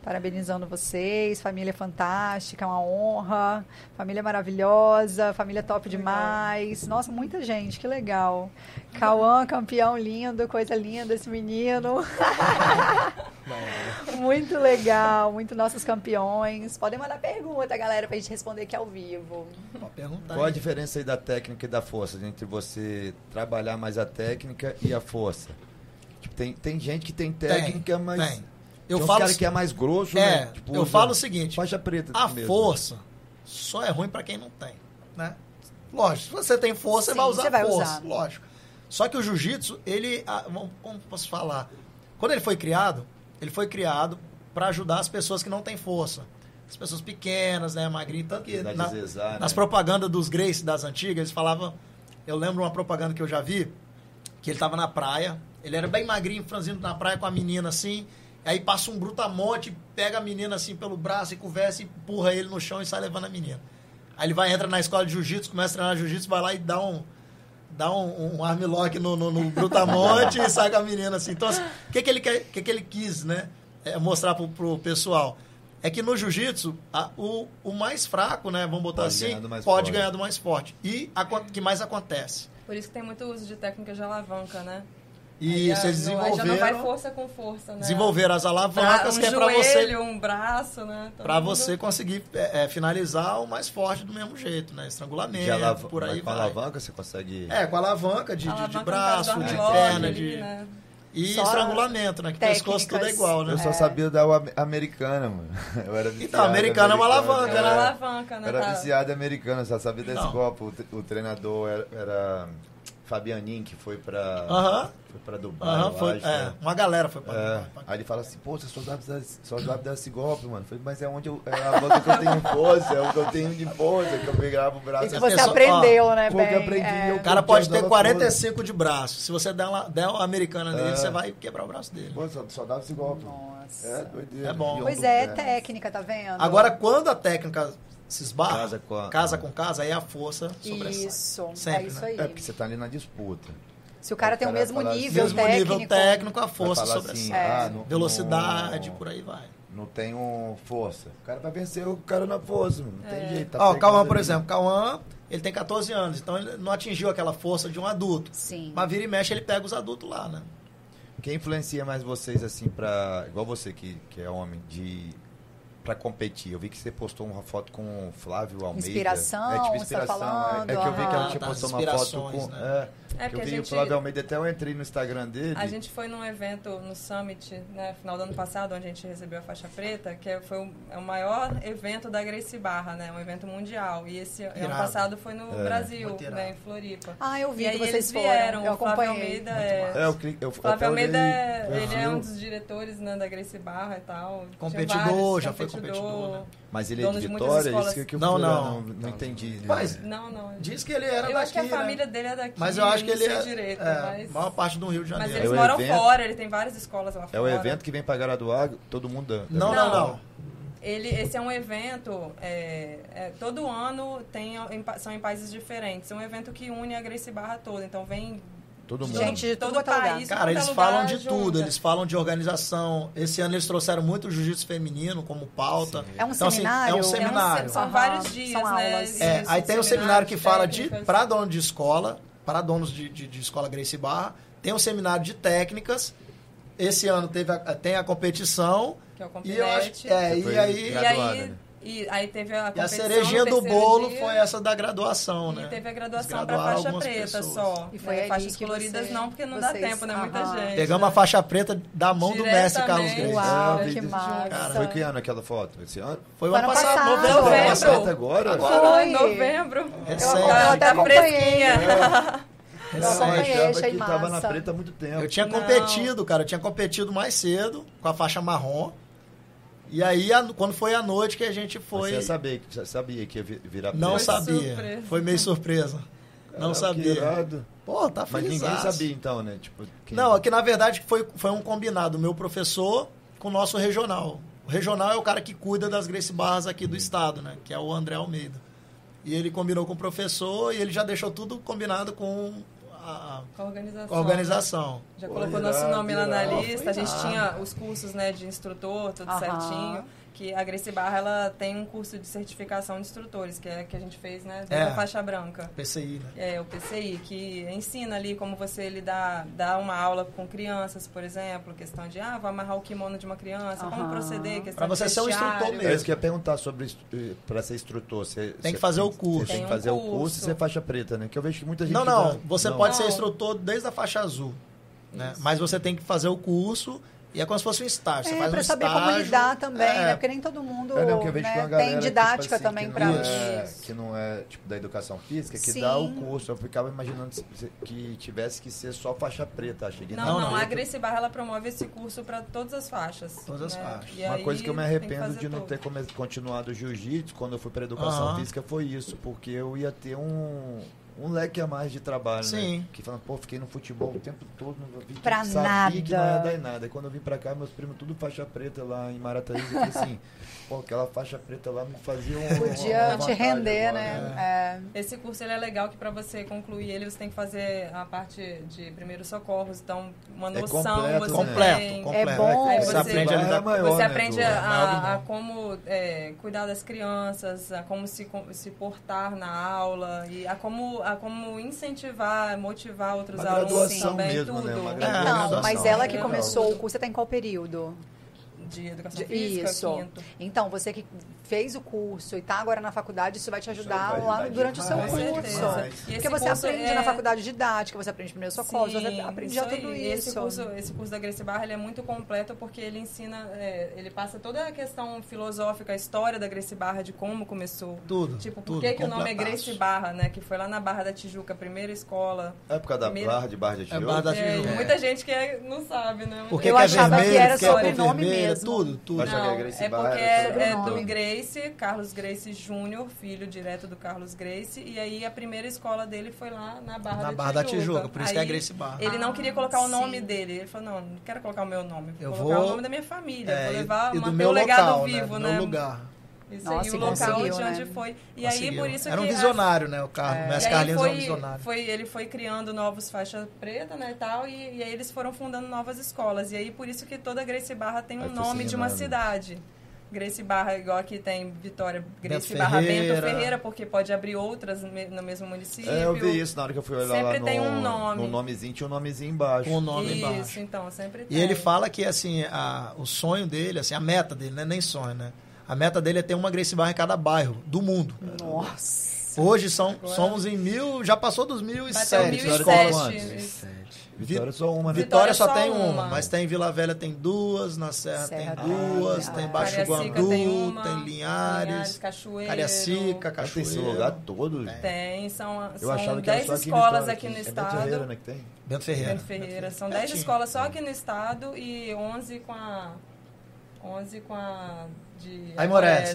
Parabenizando vocês, família fantástica, é uma honra, família maravilhosa, família top demais. Nossa, muita gente, que legal. Cauã, campeão lindo, coisa linda esse menino. muito legal, muito nossos campeões. Podem mandar pergunta, galera, pra gente responder aqui ao vivo.
Pode perguntar.
Qual a diferença aí da técnica e da força? Entre você trabalhar mais a técnica e a força? Tipo, tem, tem gente que tem técnica, mas.
Tem. Eu
tem uns
falo
cara que é mais grosso,
É,
né?
eu
usa
falo o seguinte,
Faixa preta.
A
mesmo.
força só é ruim pra quem não tem, né? Lógico, se você tem
Sim,
força, você vai usar
você
a
vai
força,
usar.
lógico. Só que o jiu-jitsu, ele, ah, vamos- como posso falar? Quando ele foi criado, ele foi criado pra ajudar as pessoas que não têm força. As pessoas pequenas, né, magrinhas, tanto que
Dá
na-
deslizar,
nas
né?
propagandas dos Grace das antigas, eles falavam, eu lembro uma propaganda que eu já vi, que ele tava na praia, ele era bem magrinho, franzindo na praia com a menina assim, aí passa um brutamonte, pega a menina assim pelo braço e conversa, e empurra ele no chão e sai levando a menina. Aí ele vai, entra na escola de jiu-jitsu, começa a treinar jiu-jitsu, vai lá e dá um dá um, um armlock no, no, no brutamonte e sai com a menina assim. Então, assim, o que que ele quer, o que que ele quis, né, é, mostrar pro, pro pessoal? É que no jiu-jitsu, a- o, o mais fraco, né, vamos botar
Pode
assim,
ganhar do mais
pode
forte.
ganhar do mais forte. E a co- que mais acontece?
Por isso que tem muito uso de técnicas de alavanca, né?
E
Aí,
vocês
não- aí Já não vai
desenvolveram,
força com força, né?
desenvolveram as
Pra, um
alavancas que é
joelho,
para você,
um braço, né? Todo
pra
mundo-
você conseguir é, é, finalizar o mais forte do mesmo jeito, né? Estrangulamento,
De alav-
por aí
com
vai.
alavanca você consegue.
É, com alavanca de, de- de
alavanca no caso
braço,
do
de
armlock
perna,
ali,
de...
né?
E
Só
estrangulamento, né? Que
técnicas.
pescoço tudo é igual, né?
Eu só sabia dar o am- americana, mano. Eu era viciado.
Então, americana é uma
É
alavanca,
uma
né?
É.
alavanca, né?
Eu era
tá?
viciado em americano, só sabia desse
Não.
golpe. O, tre- o treinador era, era Fabianin, que foi pra,
Aham.
foi pra Dubai,
Aham,
eu
foi.
acho,
é,
né?
uma galera foi pra.
É.
pra-
Aí ele fala assim, pô, você só sabe dar, só sabe dar esse golpe, mano. Eu falei, mas é onde eu, é a banda que eu tenho força, é o que eu tenho de força, que eu pegava o braço.
E que
assim,
você
pessoa-
aprendeu, né,
Pô, que
bem?
aprendi,
é.
eu-
O cara pode ter
Dava
45 de braço. Se você der uma, der uma americana nele,
É.
você vai quebrar o braço dele.
Pô, só, só dava esse golpe.
Nossa.
É, doideira.
É bom.
E
Pois
ontem,
é,
né?
técnica, tá vendo?
é
Agora, quando a técnica se esbarra,
Casa com a-
casa, com casa, aí a força sobressai.
Isso, é
Sempre,
isso
né?
aí.
É, porque você tá ali na disputa.
Se o cara tem o
cara
mesmo
fala assim,
nível
Mesmo
técnico.
nível técnico, a
Vai
força
falar
sobressai.
É.
ah, não-
Velocidade,
não-
por aí vai.
não tenho força. O cara vai vencer o cara na força, mano. Não tem jeito. tá
É.
Ó, o
pegando
Cauã, por
ali.
exemplo, Cauã, Ele tem 14 anos, então ele não atingiu aquela força de um adulto.
Sim.
Mas vira e mexe, ele pega os adultos lá, né?
Quem influencia mais vocês, assim, pra. Igual você que, que é homem, de. pra competir? Eu vi que você postou uma foto com o Flávio Almeida.
Inspiração,
é,
você
tipo,
tá
inspiração.
falando,
é, é que eu vi que
aham.
ela tinha
Tá,
postou
as
uma foto
inspirações,
com.
né?
É,
É,
que
porque
eu
a
vi o
gente-
Flávio Almeida, até eu entrei no Instagram dele.
A gente foi num evento no Summit, né, final do ano passado, onde a gente recebeu a faixa preta, que é- foi o, é o maior evento da Gracie Barra, né? Um evento mundial. E esse ano
Irado. É.
passado foi no Brasil,
muito irado.
né, em Floripa.
Ah, eu vi
e aí
que vocês
eles
foram.
vieram,
eu
o Flávio
acompanhei.
Almeida é...
É, eu cliquei. Eu,
Flávio
até olhei
Almeida, é- ele é
perfil,
um dos diretores né, da Gracie Barra e tal. Tinha
Competidor,
vários,
já foi competidor, né?
Mas ele é
dono
de
de muitas
Vitória?
escolas.
Isso que, que eu
Não,
fui olhar, não.
não.
Não entendi.
Mas-
Não, não.
Diz que ele era
eu
daqui,
acho que a
né?
família dele é daqui.
Mas eu acho que ele
não
é,
sei direito,
é,
mas...
maior parte do Rio de
Mas
Janeiro.
eles
É o
moram
evento-
fora, ele tem várias escolas lá
É
fora.
o evento que vem pra Garaduá, todo mundo. da- da
Não, não,
Não.
não.
Ele, esse é um evento, é, é, todo ano tem, em pa- são em países diferentes. É um evento que une a Gracie Barra toda, então vem
Todo mundo.
Gente, de tudo
todo
quanto é lugar.
país.
Cara,
quanto é
eles
lugar
falam de tudo,
junta.
eles falam de organização. Esse ano eles trouxeram muito jiu-jitsu feminino como pauta.
É um
Então, assim,
seminário?
é um seminário.
São
Aham,
vários dias,
são
né?
aulas.
É,
Isso,
aí tem o
seminários,
seminário que fala de
técnicas.
para dono de escola, para donos de, de, de escola Gracie Barra, tem um seminário de técnicas. Esse ano teve a- tem a competição.
Que é o
E, eu acho,
Compinete.
é,
Foi
e aí
E
Graduada,
aí,
né?
e aí teve a
e a
competição
cerejinha
no
do
terceiro
bolo
dia,
foi essa da graduação, né?
E teve a
Eles
graduação para
graduaram
faixa
algumas
preta
pessoas.
só.
E foi
né?
ali
Faixas
que
coloridas
você-
não, porque não
vocês-
dá tempo, né? Muita
aham.
gente.
Pegamos a
né?
faixa preta da mão do mestre Carlos
Diretamente.
Gracie.
Uau,
Ah,
que
vi-
massa.
Cara,
Foi que ano aquela foto? Esse ano? Tá
Foi o
Foi
ano
ano
passado,
passado.
novembro.
Novembro.
Ano passado.
agora?
Foi.
Foi em novembro.
Eu,
Recente.
eu até
Tá
acompanhei. Eu
Recente.
acompanhei,
achava
achei
que tava na
massa.
preta há muito tempo.
É Eu tinha
Não.
competido, cara. Eu tinha competido mais cedo, com a faixa marrom. E aí, a- quando foi a noite que a gente
Mas
foi.
Você sabia, que- já sabia que ia vi- virar
Não
preta.
Foi
sabia.
surpresa.
Foi meio surpresa. não
Caralho, que
sabia.
irado.
Pô, tá
Mas
feliz.
ninguém sabia então, né? Tipo, quem-
Não, aqui na verdade foi, foi um combinado. O meu professor com o nosso regional. O regional é o cara que cuida das Grace Barras aqui do estado, né? Que é o André Almeida. E ele combinou com o professor e ele já deixou tudo combinado com a,
Com a organização.
a organização.
Já
Pô,
colocou
irado,
nosso nome lá na
irado.
lista. A gente tinha os cursos né, de instrutor, tudo
Aham.
certinho. Que a Gracie Barra ela tem um curso de certificação de instrutores, que é que a gente fez né,
É.
dentro da faixa branca.
PCI, né?
É, o PCI, que ensina ali como você lidar, dar uma aula com crianças, por exemplo, questão de, ah, vou amarrar o kimono de uma criança, como
Aham.
proceder, questão
Pra você
de
ser um instrutor
vestiário.
mesmo.
É isso que eu ia perguntar sobre para ser instrutor. Você,
Tem que
é você-
fazer o
Você
curso.
tem
Tem
que
um
fazer o curso
curso.
e ser faixa preta, né? Que eu vejo que muita gente.
Não, não.
dá-
Você
não.
pode ser
Não.
instrutor desde a faixa azul. Né? Mas você tem que fazer o curso e é como se fosse um estágio. Você
É,
faz
pra
um
saber
estágio,
como lidar também,
é,
né? Porque nem todo mundo
É, não, que eu vejo
né,
que uma galera
tem
que,
didática
tipo assim,
também
que
pra
não
isso.
é- que não é tipo da educação física, que dá o
Sim.
curso. Eu ficava imaginando se- que tivesse que ser só faixa preta. Achei que
Não,
Não,
não,
não.
a Gracie Barra ela promove esse curso para todas as faixas. né?
Todas as faixas.
E
Uma
aí
coisa que eu me
tem
arrependo
fazer
de não
tudo.
ter come- continuado o jiu-jitsu quando eu fui para educação
Aham.
física foi isso, porque eu ia ter um, um leque a mais de trabalho,
Sim.
né? Que falando, pô, fiquei no futebol o tempo todo, não vi,
Pra
sabia que não ia
nada.
dar em nada. E quando eu vim para cá, meus primos tudo faixa preta lá em Marataízes, eu falei assim, pô, aquela faixa preta lá me fazia um uma-
Podia
uma É,
te
vantagem
render,
agora,
né?
Esse curso ele é legal que para você concluir ele você tem que fazer a parte de primeiros socorros, então uma noção
completo,
você
né?
Completo,
tem.
completo.
bom.
Aí
Você
é você-
aprende a
Barra
lidar
é
com
maior,
Você
né,
aprende
Edu?
a, a como é, cuidar das crianças, a como se, co- se portar na aula, e a como, a como incentivar, motivar outros
Uma
alunos
graduação
também,
mesmo,
tudo.
né? Uma
É.
graduação.
Não, mas ela que
Legal.
começou o curso, você tá em qual período?
De educação
De-
física,
isso.
quinto.
Então, você que fez o curso e tá agora na faculdade, isso vai te ajudar
vai
lá
ajudar
durante o seu
demais,
Com
curso.
certeza. E esse
Porque você
curso
aprende
é-
na faculdade didática, você aprende primeiro socorro,
Sim,
você aprende já
aí.
tudo
E Esse
isso.
curso, é esse curso da Gracie Barra ele é muito completo porque ele ensina, é, ele passa toda a questão filosófica, a história da Gracie Barra, de como começou.
Tudo.
Tipo, por
tudo,
que, que o nome é
completaço.
Gracie Barra, né? Que foi lá na Barra da Tijuca, a primeira escola.
É por causa da
Primeiro-
barra de barra de
É
tijolo?
barra da
É,
Tijuca.
e muita gente que é- não sabe, né?
Por
Muita
que
Eu
que é
achava que
vermelho,
era
por que é cor
sobrenome
vermelha,
mesmo.
Tudo, tudo.
Vai achar que
Não,
é Gracie
é
Barra,
porque
é
é,
sobrenome.
do Gracie, Carlos Gracie Júnior, filho direto do Carlos Gracie, e aí a primeira escola dele foi lá na Barra
Na
da
Barra da Tijuca, por isso que é
Aí
Gracie Barra.
Ele não queria colocar
Ah,
o nome
sim.
dele, ele falou, não, não quero colocar o meu nome, vou
Eu
colocar
vou-
o nome da minha família,
É,
vou
e-
levar
e
uma-
do
meu legado
local,
vivo, né?
né? Do meu lugar.
Isso
Nossa,
aí,
e
o local
conseguiu,
de onde
né?
foi. E aí,
Conseguiu.
por isso
era
que
um
a-
visionário, né? O Carlos.
É.
O
e
Mestre
aí
Carlinhos
foi,
é um visionário.
foi- ele foi criando novos faixas preta, né, e tal, e, e aí eles foram fundando novas escolas. E aí por isso que toda Gracie Barra tem um
Aí foi
nome de uma
seguindo, né?
cidade. Grace Barra, igual aqui tem Vitória, Grace
Bento
Barra Bento
Ferreira.
Ferreira, porque pode abrir outras me- no mesmo município.
É, eu vi isso na hora que eu fui olhar lá
Sempre
no,
tem um nome.
no nomezinho, tinha um nomezinho embaixo.
Com o nome
Isso,
embaixo.
então, sempre tem.
E ele fala que assim, a- o sonho dele, assim, a meta dele, não é nem sonho, né? A meta dele é ter uma Grace Barra em cada bairro do mundo.
Nossa.
Hoje são, somos em mil, já passou dos mil e
Bateu
sete
1.007.
escolas.
Sete.
Vitória só uma, né?
Vitória só tem uma, mas tem Vila Velha tem duas, na Serra,
Serra
tem
tem
duas,
uma,
tem
é.
Baixo
Ah, Cariacica
Guandu, tem,
tem uma,
Linhares,
Cachoeiro.
Cariacica,
Mas Tem esse
Cachoeira,
lugar todo.
É.
Tem, são,
Eu achava
são
que era
10
só aqui em
escolas
Vitória,
aqui no
é Beto Herrera,
estado.
né, que tem?
Bento Ferreira.
Bento Ferreira. São 10
É, Pertinho.
escolas só aqui no estado e 11 com a. 11 com a. De
Aimorés.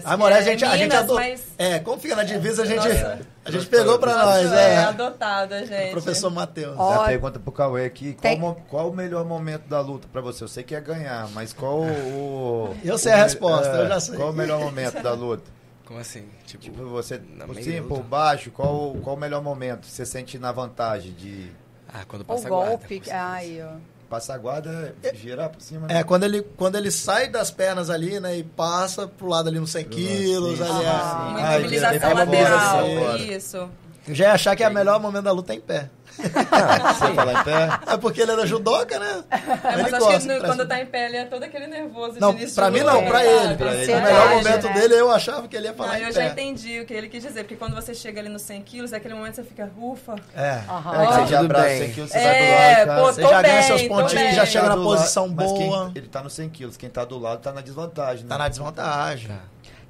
Aimorés, que
Aimorés, a
é
gente, a gente
Minas,
adorou.
mas-
É, como fica na divisa, a gente,
Nossa.
a gente pegou pra
Nossa,
nós,
é,
é.
adotada, gente.
Professor Matheus.
Ó,
Já pergunta pro Cauê aqui, qual,
Tem-
mo- qual o melhor momento da luta pra você? Eu sei que é ganhar, mas qual o...
Eu
o
sei a
me-
resposta,
é,
eu já sei.
Qual o melhor momento da luta?
Como assim? Tipo,
Tipo, você,
Na
por
meia
cima,
luta?
por baixo, qual, qual o melhor momento? Você sente na vantagem de
ah, quando
O
passa a guarda. assim?
golpe.
com certeza.
Ai, ó.
passar a guarda, girar por cima? né?
É, quando ele, quando ele sai das pernas ali, né, e passa pro lado ali nos 100 quilos,
Sim,
ali
sim.
é-
Uma
Ai,
imobilização
Deus,
lateral.
assim,
agora, agora.
Isso.
Eu já ia achar que é o melhor momento da luta é em pé.
Você fala em pé?
É porque ele era judoca, né?
É,
Ele
mas acho que
gosta de
no-
trazer-
quando tá em pé, ele é todo aquele nervoso.
Não,
de início
pra
de
mim
luta,
não, pra
sabe?
ele.
Pra ele.
O
Ansiedade,
melhor momento
né?
dele, eu achava que ele ia falar
Ah, tá Não,
em
eu
pé.
já entendi o que ele quis dizer, porque quando você chega ali nos 100 quilos, é aquele momento que você fica, ufa.
É.
Aham.
É, que você já
tudo
abraça
bem.
100 quilos, você
É,
vai do lado.
pô,
tá?
Você
tô
já ganha
bem,
seus
tô
pontinhos,
bem.
um já chega
Tá
na
do lado,
posição
mas quem-
boa.
ele tá nos 100 quilos, quem tá do lado tá na desvantagem. né?
Tá na desvantagem.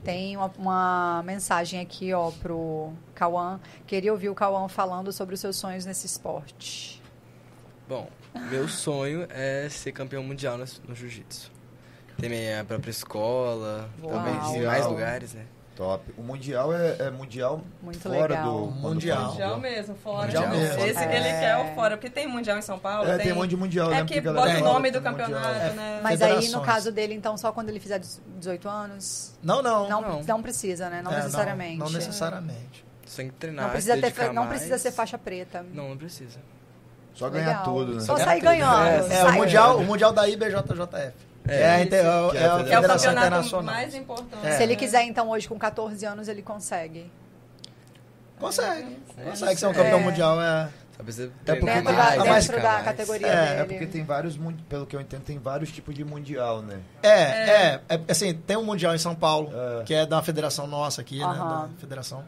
Tem uma, uma mensagem aqui, ó, pro Cauã. Queria ouvir o Cauã falando sobre os seus sonhos nesse esporte.
Bom, meu sonho é ser campeão mundial no, no jiu-jitsu. Ter minha própria escola,
Uau.
talvez em mais lugares, né?
Top. O Mundial é, é Mundial
Muito
fora
legal.
do... quando
Mundial.
fala
Mundial mesmo, fora.
Mundial mesmo.
Esse que ele
É.
quer é o fora, porque tem mundial em São Paulo.
É, tem um monte de Mundial.
É
lembra
que
a galera
bota o
fala
nome
que
do
tem Mundial.
campeonato,
É.
né?
Mas aí, no
Federações.
caso dele, então, só quando ele fizer 18 anos?
Não, não.
Não, não,
Não.
precisa, né? Não
É,
necessariamente.
Não, necessariamente.
Só tem que treinar,
Não precisa,
se
ter,
dedicar
não
mais.
precisa ser faixa preta.
Não, não precisa.
Só ganhar
Legal.
tudo, né?
Só
Ganhar
sair
tudo.
ganhando.
É, o
Sai-
mundial, o mundial da IBJJF. É,
É,
a inter- é o-
que é
é a
a
Que é o
Federação
campeonato
Internacional.
mais importante.
É.
Se ele quiser, então, hoje, com 14 anos, ele consegue.
Consegue.
É,
Consegue ser um
é.
campeão mundial. É.
Só precisa
porque
treinar
Dentro da,
mais,
dentro
dedicar
da
mais.
categoria
É,
dele.
É porque tem vários, mun- pelo que eu entendo, tem vários tipos de mundial, né?
É, é, é, assim, tem um mundial em São Paulo,
É.
que é da federação nossa aqui, né,
Aham.
da federação.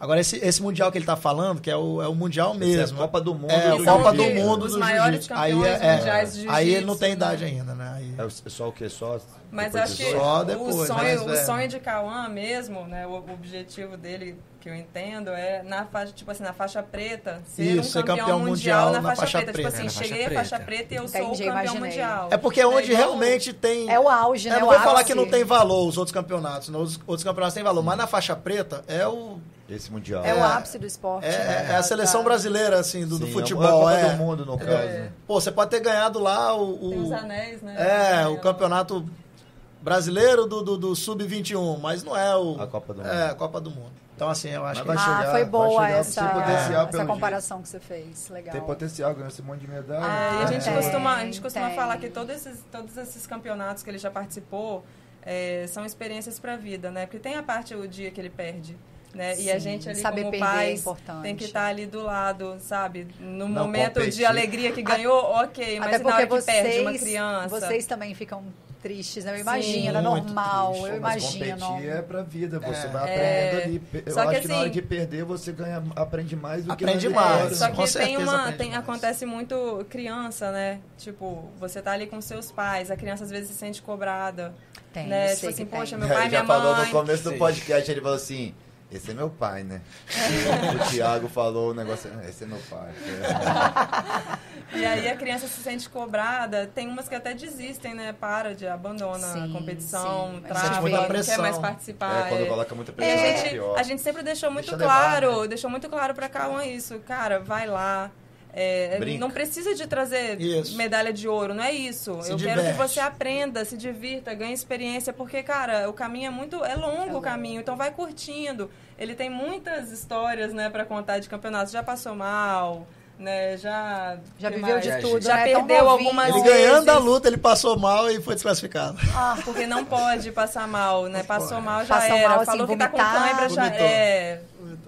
Agora, esse, esse mundial que ele tá falando, que é o, é o mundial
Essa
mesmo.
É a Copa do Mundo.
É,
do
a Copa
Porque
do
jiu-jitsu.
Mundo
os
do
maiores
jiu-jitsu. Aí,
campeões
é,
mundiais de
aí ele não tem
jiu-jitsu,
idade
né?
ainda, né? Aí-
É o- é só o quê? Só
Mas
depois
acho que
disso?
Só
o,
depois, mais
sonho, o
velho.
sonho de Cauã mesmo, né? O objetivo dele, que eu entendo, é na faixa, tipo assim, na faixa preta, ser
Isso,
um
ser
campeão,
campeão
mundial, na, faixa, preta.
preta.
Tipo assim,
É, na faixa
cheguei à faixa
preta.
preta e eu sou o
Entendi,
campeão
imaginei.
mundial.
É porque é onde
Então,
igual-
realmente tem.
É o auge, né?
Eu não
o
vou falar
ápice.
que não tem valor os outros campeonatos. né? Os outros campeonatos têm valor, mas na faixa preta é o
Esse mundial.
É o ápice do esporte.
é,
né?
é- é a seleção
Tá.
brasileira assim do, do
Sim, É a
futebol,
Copa
é.
do Mundo, no caso. né?
Pô, você pode ter ganhado lá o, o-
Tem os anéis, né?
é o campeonato brasileiro do, do, do sub-21, mas não é o
A Copa do Mundo.
É, a Copa do Mundo. Então assim, eu acho
Mas
que
vai
Ah,
chegar-
foi
vai
boa
chegar,
essa,
tipo
é.
tem potencial
essa
pelo
comparação que você fez. Legal.
Tem potencial, ganhou esse monte de medalha.
É, e a gente
tem,
costuma, a gente costuma
tem.
falar que todos esses, todos esses campeonatos que ele já participou é, são experiências para a vida, né? Porque tem a parte o dia que ele perde, né? e a
Sim,
gente ali
saber
como
perder é
pais
importante.
tem que estar ali do lado, sabe? No
Não
momento de
competir.
alegria que ganhou, ok, mas
Até
e na hora
porque
que
vocês,
perde uma criança.
vocês também ficam tristes, né? Eu
Sim,
imagino, é
muito
normal.
triste.
Eu
Mas
imagino.
competir é pra vida, você
É.
vai
É.
aprendendo ali. Eu
Só
acho
que
que, na hora
assim-
de perder, você ganha, aprende mais do
Aprende
que na
mais.
É,
vitória.
só
com
que tem
certeza
uma.
aprende
tem-
mais.
acontece muito criança, né? Tipo, você tá ali com seus pais, a criança às vezes se sente cobrada.
Tem, eu
né?
sei
Tipo assim,
que tem.
poxa, meu pai,
É, Ele
minha
já falou
mãe.
no começo do podcast, ele falou assim, esse é meu pai, né? o Thiago falou o negócio, "Ah, esse é meu pai.
E aí a criança se sente cobrada. Tem umas que até desistem, né? Para de, abandona
Sim,
a competição,
sim.
Sente
trava,
muita
não quer
pressão.
mais
É,
participar.
quando
é.
coloca muita
E a
pressão, é
gente,
pior.
a gente sempre deixou muito
Deixa levar,
claro,
né?
deixou muito claro pra Cauã isso. Cara, vai lá. É,
Brinca.
não precisa de trazer
Isso.
medalha de ouro, não é isso.
Se
Eu quero
diverte.
que você aprenda, se divirta, ganhe experiência, porque, cara, o caminho é muito. É longo o caminho, então vai curtindo. Ele tem muitas histórias, né, pra contar de campeonatos. Já passou mal, né? Já,
Já
que
viveu
mais?
de tudo,
já
né? Tão
perdeu
novinho.
algumas
Ele
Às
ganhando a
vezes.
luta, ele passou mal e foi desclassificado.
Porque não pode passar mal, né? Passou mal já
Passou
era.
mal, assim,
Falou que tá com
vomitar.
cãibra já
Vomitou.
é.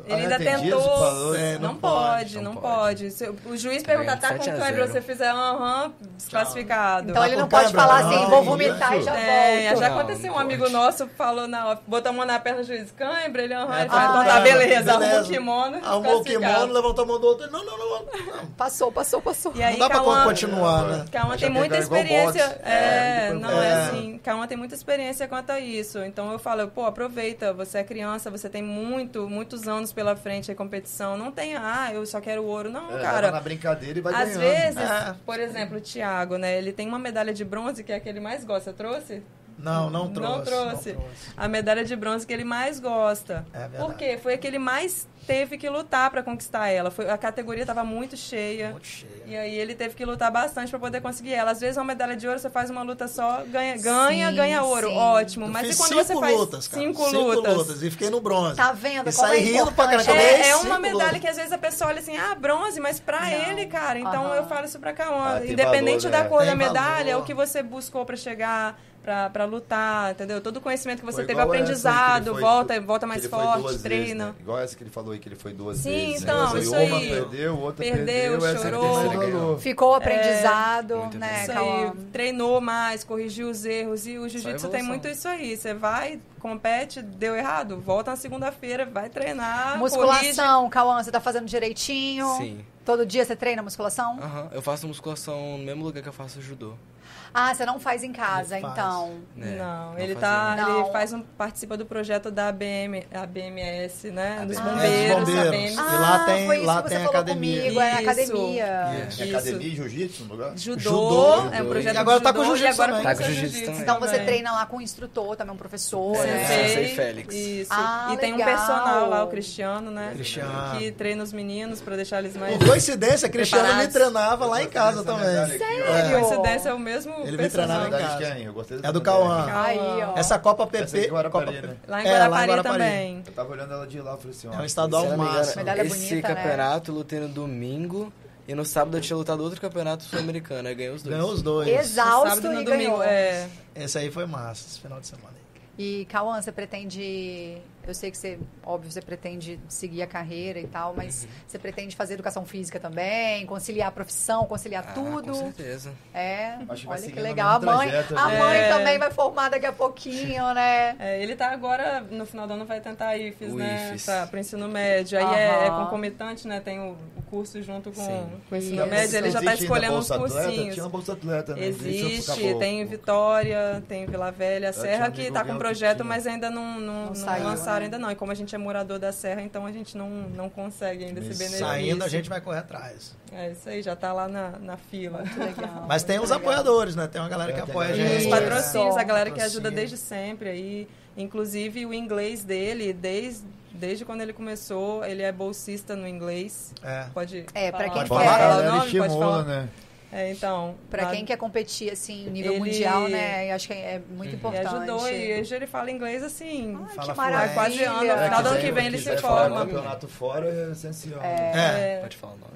Ele
Ah,
ainda
tem dias que
tentou.
falou,
é, não
não,
pode,
pode,
não
não pode. Se o juiz perguntar, tá com
Sete a
cãibra,
zero.
você fizer aham, desclassificado.
Então ele
com
não pode
câimbra,
falar
não,
assim, vou
isso.
vomitar e já
É,
volto.
já
Não,
aconteceu.
não
um amigo
pode.
nosso falou na ó, botou a mão na perna do juiz, cãibra, ele aham.
É,
ele falou,
tá,
então
tá,
tá, beleza, arrumou o
beleza.
kimono.
Arrumou o
desclassificado.
kimono, levantou a mão do outro. Não, não, não. não.
Passou, passou, passou.
E aí,
dá pra
Cauã-
continuar, né?
Cauã
Já
tem muita
pegaram igual
experiência.
boxe.
É,
É,
não
é.
é assim. Cauã tem muita experiência quanto a isso. Então eu falo, pô, aproveita, você é criança, você tem muito, muitos anos pela frente aí, competição. Não tem, ah, eu só quero ouro. Não,
É, leva na
um cara.
brincadeira e vai
Às
ganhando.
vezes,
É.
por exemplo, o Thiago, né? Ele tem uma medalha de bronze, que é a que ele mais gosta. Trouxe?
Não, não trouxe.
Não trouxe. A medalha de bronze que ele mais gosta.
É verdade.
Por quê? Foi a que ele mais teve que lutar pra conquistar ela. Foi, a categoria tava muito cheia.
Tá Muito cheio.
E aí ele teve que lutar bastante pra poder conseguir ela. Às vezes uma medalha de ouro você faz uma luta só, ganha, ganha,
Sim,
ganha ouro,
sim.
ótimo.
Eu
Mas
fiz
e quando
cinco
você faz
lutas, cara.
cinco, lutas?
E fiquei no bronze.
Tá vendo
E
como
saí
é
rindo pra
importante?
caramba.
É,
Três,
É, é
cinco
uma medalha
lutas.
que às vezes a pessoa olha assim, ah, bronze, mas pra
Não.
ele, cara. Então
Aham.
eu falo isso pra Caona.
Ah, tem
Independente
valor,
da
né?
cor
Tem
da medalha, é
valor.
o que você buscou pra chegar, pra, pra lutar, entendeu? Todo o conhecimento que você
Foi
teve,
igual essa aí que ele
aprendizado,
foi-
volta,
que
volta é mais
ele foi duas
forte,
vezes,
treina.
né? Igual essa que ele falou aí, que ele foi duas
Sim,
vezes. né?
então,
Essa aí,
isso
Uma
aí.
perdeu, outra
Perdeu,
perdeu, essa é
chorou.
terceira ganhou.
Ficou
É,
aprendizado,
muito
né,
Isso
Cauã?
aí, É, treinou mais, corrigiu os erros. E o jiu-jitsu tem
evolução.
muito isso aí. Você vai, compete, deu errado, volta na segunda-feira, vai
tá
treinar, corrige.
Musculação, Cauã, você tá fazendo direitinho?
Sim.
Todo dia você treina musculação?
Ah.
Aham, eu faço musculação no mesmo lugar que eu faço judô.
Ah, você não faz em casa,
Não faço.
então.
É,
né?
Não,
Não
ele
fazia
tá,
nada.
Não.
ele faz um participa do projeto da ABM, ABMS, né, dos
ABMS.
É,
bombeiros,
dos bombeiros.
ABM.
E lá tem-
Ah, foi isso
lá
que
tem
você falou
academia.
comigo, é na
Isso.
academia.
Yeah.
É
Isso.
academia e jiu-jitsu no lugar?
Judô,
Judô,
é um
judô.
projeto
E agora
de
tá
judô,
com
e
jiu-jitsu
agora
também.
Tá
com
com jiu-jitsu também.
Então você
É.
também.
treina lá com um instrutor, também um professor,
É,
né?
Sensei Félix.
Isso.
Ah,
e tem um
legal.
personal lá, o Cristiano, né?
Cristiano.
Que treina os meninos pra deixar eles mais.
Por coincidência, Cristiano me
Preparados.
treinava lá em casa
Essa
também.
medalha aqui, ó.
Sério?
Coincidência é o mesmo né?
Ele me
personal.
Essa
treinava em
medalha
casa.
de quem? Eu gostei dessa
É do
medalha.
Cauã.
Aí, ó.
Essa Copa PP.
Essa é de Guarapari,
Copa
né?
Lá em
É, lá em
Guarapari,
Guarapari.
também.
Eu tava olhando ela de lá, eu falei assim, ó.
É um estadual
Se eu não me
massa.
engano,
Medalha
Esse
bonita, né?
campeonato eu lutei no domingo e no sábado eu tinha lutado outro campeonato sul-americano. Aí ganhei os dois.
Ganhou os dois.
Exausto
Sábado
e
no domingo.
ganhou.
É.
Esse aí foi massa, esse final de semana. aí.
E, Cauã, você pretende... Eu sei que você, óbvio, você pretende seguir a carreira e tal, mas
Uhum.
você pretende fazer educação física também, conciliar a profissão, conciliar
Ah,
tudo.
Com certeza.
É,
Acho que
olha
vai
que
seguindo o
legal. A
mesmo
mãe,
trajeto,
a
né?
mãe
É.
também vai formar daqui a pouquinho, né?
É, ele tá agora, no final do ano, vai tentar a IFES,
O
né?
IFES.
Pra, pro ensino médio. Aí é, é
Aham.
concomitante, né? Tem o, o curso junto com,
Sim.
com o ensino
Isso.
médio. Ele já tá
Existe ainda
escolhendo os
Bolsa Atleta?
cursinhos.
Tinha uma Bolsa Atleta, né? Isso
Existe,
acabou.
tem Vitória, tem Vila Velha, a
tinha
Serra
um
que
amigo
tá
meu
com
que
projeto,
tinha.
mas ainda não, não, não
saiu,
lançaram
né?
ainda não. E como a gente é morador da Serra, então a gente não, não consegue ainda esse benefício.
Saindo, a gente vai correr atrás.
É isso aí, já tá lá na, na fila.
Legal.
Mas tem os apoiadores, né? Tem uma galera que
É, tem
apoia a
galera
gente.
Os
Isso.
patrocínios, a galera que
Patrocínio.
ajuda desde sempre aí. Inclusive o inglês dele, desde, desde quando ele começou, ele é bolsista no inglês.
É.
Pode
É, pra quem
falar-
Pode
quer-
pode
falar?
falar o
Ela
nome, pode
estimula,
falar.
né?
É, então.
Pra
lá-
quem quer competir, assim, nível
Ele-
mundial, né? Eu acho que é muito
Ele
importante. Ah,
ajudou e hoje ele fala inglês assim.
Ai,
Fala
que
fluente.
maravilha.
Quase ano, no
É,
final do ano
quiser-
que vem ele se
quiser falar
forma.
campeonato fora é essencial.
É.
É,
Pode falar o nome?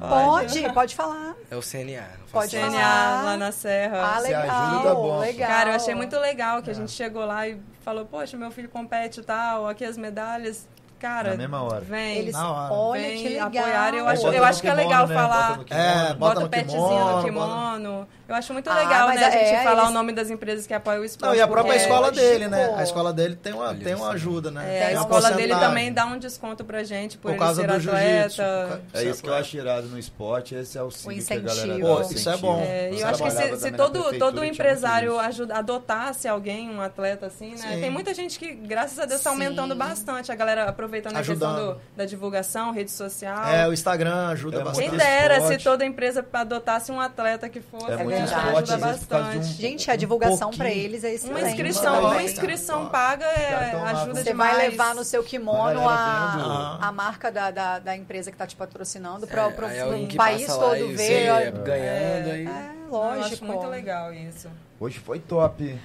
Pode, pode falar.
É o CNA. eu faço
Pode
CNA.
CNA lá na Serra.
Ah,
Se
legal.
ajuda, tá bom.
legal.
Cara, eu achei muito legal
É.
que a gente chegou lá e falou, poxa, meu filho compete e tal, aqui as medalhas. Cara,
Na mesma hora.
vem.
Eles,
Na hora. um
olha
vem
que legal.
apoiar. Eu
Aí
acho,
bota
eu
no
acho que é
kimono,
legal
né?
falar.
Bota no kimono.
É,
Bota,
no
o petzinho
kimono,
no
bota-
kimono. Eu acho muito
Ah,
legal,
mas
né? A
é,
gente
é,
falar
eles-
o nome das empresas que apoiam o esporte.
Não, e a própria
porque-
escola
Lógico.
dele, né? A escola dele tem uma, tem uma ajuda, né?
É,
Tem
a
uma
escola dele
porcentagem.
também dá um desconto pra gente por,
Por causa
ele ser
do jiu-jitsu.
atleta.
É isso que eu acho irado no esporte, esse é o ciclo que a galera
incentivo.
dá,
Pô,
isso é bom.
incentivo.
É, e eu
Eu
acho que se,
trabalhava
se
também na
todo,
prefeitura
todo
e tinha
empresário
muito isso.
ajuda, adotasse alguém, um atleta assim, né?
Sim.
Tem muita gente que, graças a Deus, está
Sim.
aumentando bastante. A galera aproveitando a
Ajudando.
questão do- da divulgação, rede social.
É, o Instagram ajuda
É muito
bastante.
Quem
do
dera se
esporte.
toda empresa adotasse um atleta que fosse,
É
né?
verdade.
muito esporte,
ajuda
às vezes, por causa de um-
bastante.
Gente, a divulgação
pouquinho.
pra eles é excelente.
Uma inscrição,
Excelente.
uma inscrição
Ó,
paga é,
caras tão lá,
ajuda
Você
demais.
vai levar no seu kimono
A galera
a,
vendo.
a marca da, da, da empresa que tá te patrocinando para
É, aí
o
alguém que
país
passa lá
todo
e é
ver.
você
olha.
Ganhando
É,
aí.
Não, eu acho
lógico.
muito legal isso.
Hoje foi top.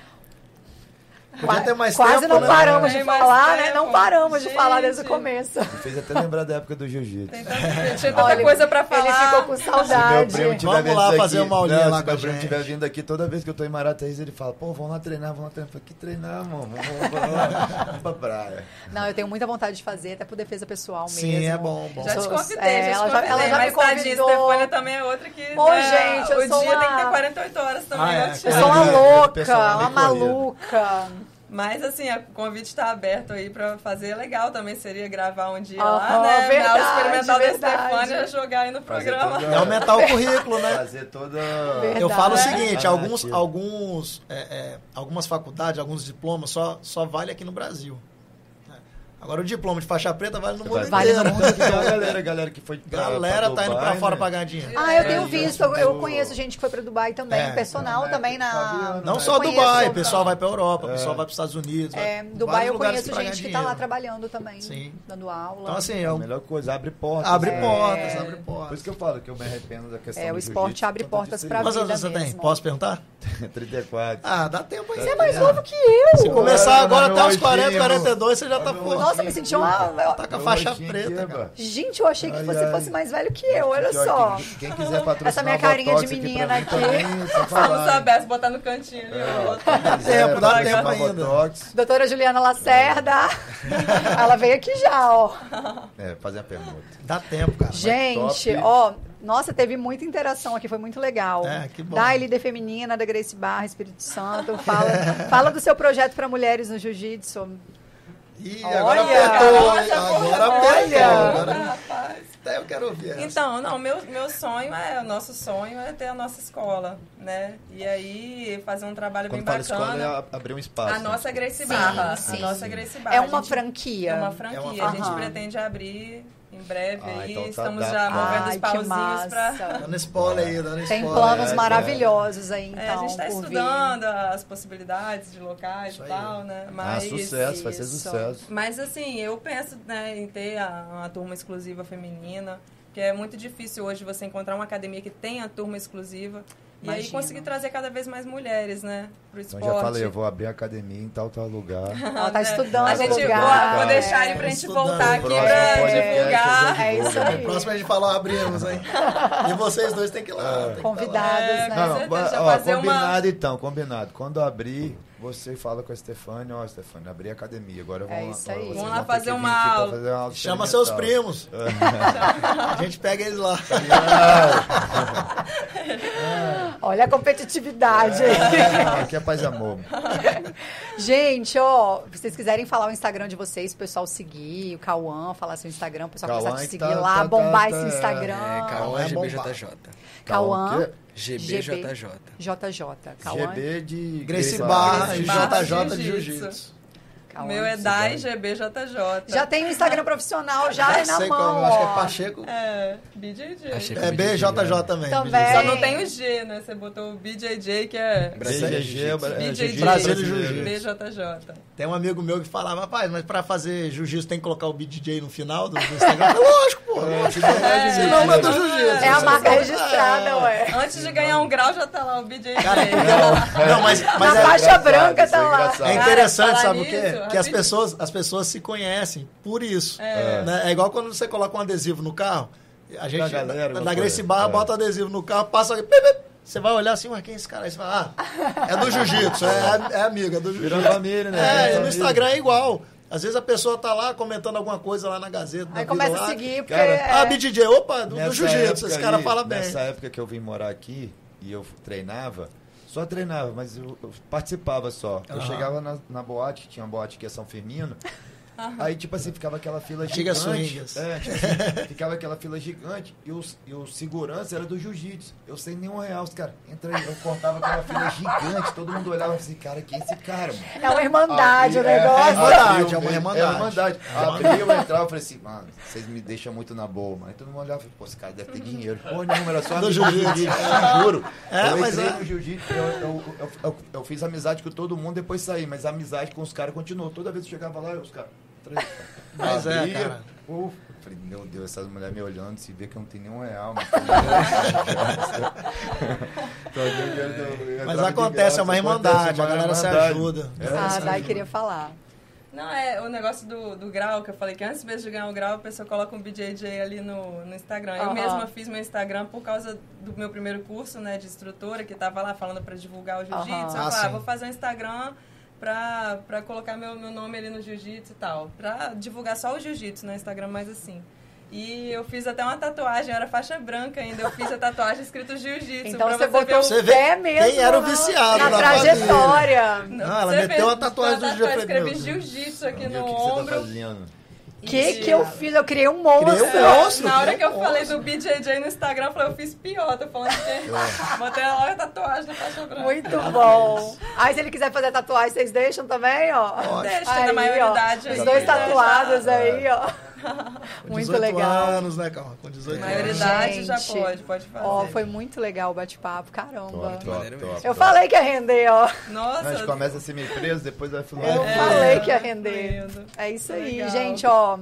Podia ter mais
Quase
tempo,
não
né?
paramos
Tem
de
mais
falar, né?
tempo.
Não paramos de falar desde o
Gente.
começo.
Me fez até lembrar da época do jiu-jitsu.
Tem tanta, tinha tanta
Olha,
coisa pra
Ele ficou
falar.
com
Se meu
saudade.
primo tiver
Vamos
vindo
lá
aqui-
fazer uma aulinha
Não,
lá
se
com a
meu primo
gente.
tiver vindo aqui, toda vez que eu tô em Marathaís, ele fala, pô, vamos lá treinar, vamos lá treinar. Eu falo, que treinar, mano? Vamos, vamos, vamos, lá, vamos pra praia.
Não, eu tenho muita vontade de fazer, até por defesa pessoal mesmo.
Sim, é bom, bom.
Já te
Pessoas-
convidei,
é,
já te
ela já-
convidei.
ela já me
mas tadinha,
convidou.
Stefania também é outra que.
Ô, gente, eu
o
sou
dia
uma-
tem que ter 48 horas também. né,
Ah, é,
não te-
Eu sou uma
É,
louca,
pessoal
uma
bem corrido.
maluca.
Mas assim, o convite está aberto aí pra fazer. é Legal também seria gravar um dia
Aham,
lá, né?
verdade,
o experimental da
verdade.
Stefania jogar aí no
Fazer
programa.
toda-
É aumentar o currículo, né?
Fazer toda...
Verdade.
Eu falo o
Né?
seguinte,
Ah,
alguns,
aqui.
alguns, é, é, algumas faculdades, alguns diplomas só, só vale aqui no Brasil. É. Agora o diploma de faixa preta vale no mundo
Vale
inteiro.
no mundo
Tem uma um galera, galera que foi pra,
Galera
pra
tá indo
Dubai,
pra fora
né?
pra ganhar dinheiro.
Ah, eu
É,
tenho
gente,
visto, eu, eu
do-
conheço gente que foi pra Dubai também,
É, né?
personal
é,
também na...
sabia,
Não
Eu
só
conheço-
Dubai, o pessoal vai pra Europa,
É.
o pessoal vai pros Estados Unidos. vai
É,
pra
Dubai
vários
eu
lugares
conheço
pra ganhar
gente que tá lá
dinheiro.
trabalhando também,
Sim.
dando aula.
Então assim,
É
é
a
um-
melhor coisa, abre portas.
abre
né?
portas, abre
Por
portas.
isso que eu falo que eu me arrependo da questão
É, o
do
esporte
jiu-jitsu,
abre
tanto
portas
de
é. pra
Quantas anos você
vida
tem?
mesmo.
Posso perguntar?
34.
Ah, dá tempo aí.
Você é mais novo que eu!
Se começar
Ah,
agora
meu
até os 40,
anjinho.
42, você já tá
meu
pô,
Nossa, me senti uma...
Tá com a
Meu
faixa
rostinho
preta,
aqui,
cara.
Eba.
Gente, eu achei que
Ai,
você
ai.
fosse mais velho que eu, olha
Aqui, ó,
só.
Quem, quem quiser patrocinar
Essa minha
o
carinha de
Botox aqui pra
menina
mim
aqui.
também, só
Vamos
falar, hein?
abertos, botar no cantinho ali. o outro.
Quem quiser
tempo, dá
patrocinar
tá
tempo
o
ainda.
Botox,
Doutora Juliana Lacerda, ela veio aqui já, ó.
É, fazer a pergunta.
Dá tempo, cara.
Gente,
top.
ó, nossa, teve muita interação aqui, foi muito legal.
É, que bom.
Da LD Feminina, da Grace Barra, Espírito Santo, fala, fala do seu projeto para mulheres no jiu-jitsu.
Ih, agora
Olha!
apertou, hein?
Nossa,
Agora apertou.
olha!
É.
Agora
Rapaz.
até eu quero ouvir essa.
Então, não, meu, meu sonho é, o nosso sonho é ter a nossa escola, né? E aí fazer um trabalho
Quando
bem
fala
bacana.
escola, é a- abrir um espaço.
A nossa é Grace Barra. A
sim.
nossa Grace Barra.
É
Ah, A
uma
gente-
franquia.
É uma franquia.
É uma
A gente
franquia.
pretende abrir em breve
Ah,
aí.
então tá
Estamos
dado.
já movendo
Ai,
os
que
pauzinhos pra.
massa.
Dando spoiler aí, dando
Então, Tem
spoiler.
planos
é,
maravilhosos aí, então,
É, a gente está
por vir.
estudando as possibilidades de locais
Isso
e
aí.
tal, né?
Ah,
Mas,
sucesso, vai ser
isso.
sucesso.
mas assim, eu penso né, em ter a- uma turma exclusiva feminina, que é muito difícil hoje você encontrar uma academia que tenha turma exclusiva. E aí
Imagino.
conseguir trazer cada vez mais mulheres, né? Pro
Então
esporte.
já falei, eu vou abrir a academia em tal, tal lugar.
Ela tá
né?
estudando
A
o
gente
lugar.
vou, vou deixar aí pra gente
Estudando.
voltar aqui
No
pra
próximo podcast,
divulgar.
eu
É
divulgo.
isso aí.
No próximo a gente fala, abrimos, hein? E vocês dois têm que ir lá. tem que tá lá.
Convidados,
É,
né?
com
Não,
certeza,
ó,
fazer uma-
combinado então, combinado. Quando abrir, você fala com a Stefania, ó, Stefania, abri a academia, agora vamos
É isso aí.
vocês
Vamos
lá
vão ter
fazer
que vir
uma
aqui pra
aula.
fazer uma aula
Chama
experimental.
seus primos. A gente pega eles lá.
Olha a competitividade.
Não, Aqui é paz e amor.
Gente, ó, se vocês quiserem falar o Instagram de vocês, o pessoal seguir, o Cauã, falar seu Instagram, o pessoal
Cauã
começar a te
que
seguir
tá-
lá,
tá- tá-
bombar
tá-
esse Instagram.
É, Cauã
é
GBJJ.
Cauã,
Cauã o quê?
GBJJ.
JJ. Cauã,
GB de
Grace
Tá
Barra e
Grace Barra
JJ de
Jiu-Jitsu.
Jiu-Jitsu.
Cauã.
O meu é Dai GBJJ.
Já tem o Instagram profissional, já é
Não
na
sei
mão.
como, acho que é
ó.
Pacheco.
É, BJJ.
Achei
É BJJ também.
Também.
Só não tem o G, né? Você botou o BJJ, que é
BJJ, é,
BJJ.
jiu-jitsu.
Brasil e
brasileiro.
jiu-jitsu.
BJJ.
Tem um amigo meu que falava, rapaz, mas pra fazer jiu-jitsu tem que colocar o BDJ no final do do Instagram. Eu falei, lógico, pô. Lógico.
É,
Senão não é do jiu-jitsu. É.
É a marca registrada, ué.
Antes de ganhar um grau, já tá lá o BJJ.
Cara, não, não, mas, mas
Na
é,
faixa
engraçado,
branca
isso é
tá lá.
engraçado.
é
Cara,
interessante,
falar
sabe o
nisso,
quê? Que as
rapidinho.
pessoas, as pessoas se conhecem por isso.
É.
É, né? É igual quando você coloca um adesivo no carro. A gente,
galera,
na,
uma
na
coisa.
Grace Barra,
É.
bota o adesivo no carro, passa alguém, pip, pip. Você vai olhar assim, mas quem é esse cara? Aí você fala, ah, é do jiu-jitsu, é, é amigo, é do jiu-jitsu.
Virou família, né?
É,
Virou
e no
família.
Instagram é igual. Às vezes a pessoa tá lá comentando alguma coisa lá na Gazeta. da
Aí
vida
começa
lá.
a seguir, porque.
Cara,
é-
Ah, BDJ, opa, do, do
Nessa
jiu-jitsu,
época
esse cara
aí,
fala bem.
Nessa época que eu vim morar aqui e eu treinava, só treinava, mas eu, eu participava só. Eu
Aham.
chegava na, na boate, tinha uma boate que é São Firmino. Aí, tipo assim, ficava aquela fila
Antiga
gigante.
Swingers.
É, tipo assim, ficava aquela fila gigante e o, e o segurança era do jiu-jitsu. Eu sem nenhum real, os caras. Entra aí, eu cortava aquela fila gigante, todo mundo olhava assim, cara, quem é esse cara, mano?
É uma irmandade o
Aí, é,
negócio.
negócio.
é uma irmandade. É uma irmandade.
Ah.
Abri, eu entrava e falei assim, mano, vocês me deixam muito na boa, mano. Aí todo mundo olhava e falou, pô, esse cara deve ter dinheiro. Pô, nenhuma, era só
Do
amigo
jiu-jitsu.
jiu-jitsu, juro.
É,
eu
mas
entrei
é.
no jiu-jitsu, eu, eu, eu, eu- eu fiz amizade com todo mundo, depois saí, mas a amizade com os caras continuou. Toda vez que eu chegava lá, eu, os caras... três,
Mas é,
abria,
cara.
pô, Falei, meu Deus, essas mulheres me olhando, se vê que eu não tenho nenhum real.
Mas acontece, é uma irmandade, a galera se ajuda.
É,
ah, daí queria falar.
Não, é o negócio do, do grau que eu falei que antes mesmo de ganhar o grau, a pessoa coloca um BJJ ali no, no Instagram. Eu
Aham.
mesma fiz meu Instagram por causa do meu primeiro curso, né, de instrutora, que tava lá falando pra divulgar o jiu-jitsu.
Aham.
Eu
Ah,
falei, ah,
sim.
vou fazer um Instagram pra, pra colocar meu, meu nome ali no jiu-jitsu e tal. Pra divulgar só o jiu-jitsu no Instagram, mas assim. E eu fiz até uma tatuagem, eu era faixa branca ainda, eu fiz a tatuagem escrito jiu-jitsu.
Então
pra
você
ver
botou
o-
o
Você vê
pé mesmo.
quem era o
na-
viciado
na
na
trajetória.
Não, Ah, ela
Você
meteu
fez-
uma tatuagem do né? jiu-jitsu,
Eu escrevi
meu Deus.
jiu-jitsu aqui
Meu,
no
o que, que você tá
ombro.
fazendo?
Que
E-
que eu fiz? Eu criei um monstro.
Criei um
É,
monstro,
Na hora
criei
que eu
um
falei do BJJ no Instagram, eu falei, eu fiz pior, tô falando
É.
que botei lá a tatuagem na faixa branca.
Muito bom. Aí, se ele quiser fazer tatuagem, vocês deixam também, ó.
Deixa, é da maioridade
ó, Os
aí,
dois
tá?
tatuados
É.
aí, ó.
Com
Muito
18
legal.
anos, né, calma? Com 18 anos.
Maioridade já
Gente.
pode, pode fazer.
Ó, foi muito legal o bate-papo, caramba.
Top, top, top.
Eu falei que ia render, ó.
Não, a gente
Nossa,
começa a ser meio preso, depois vai fluir.
Eu
É.
falei que ia render.
Lindo.
É isso aí,
Legal.
gente, ó.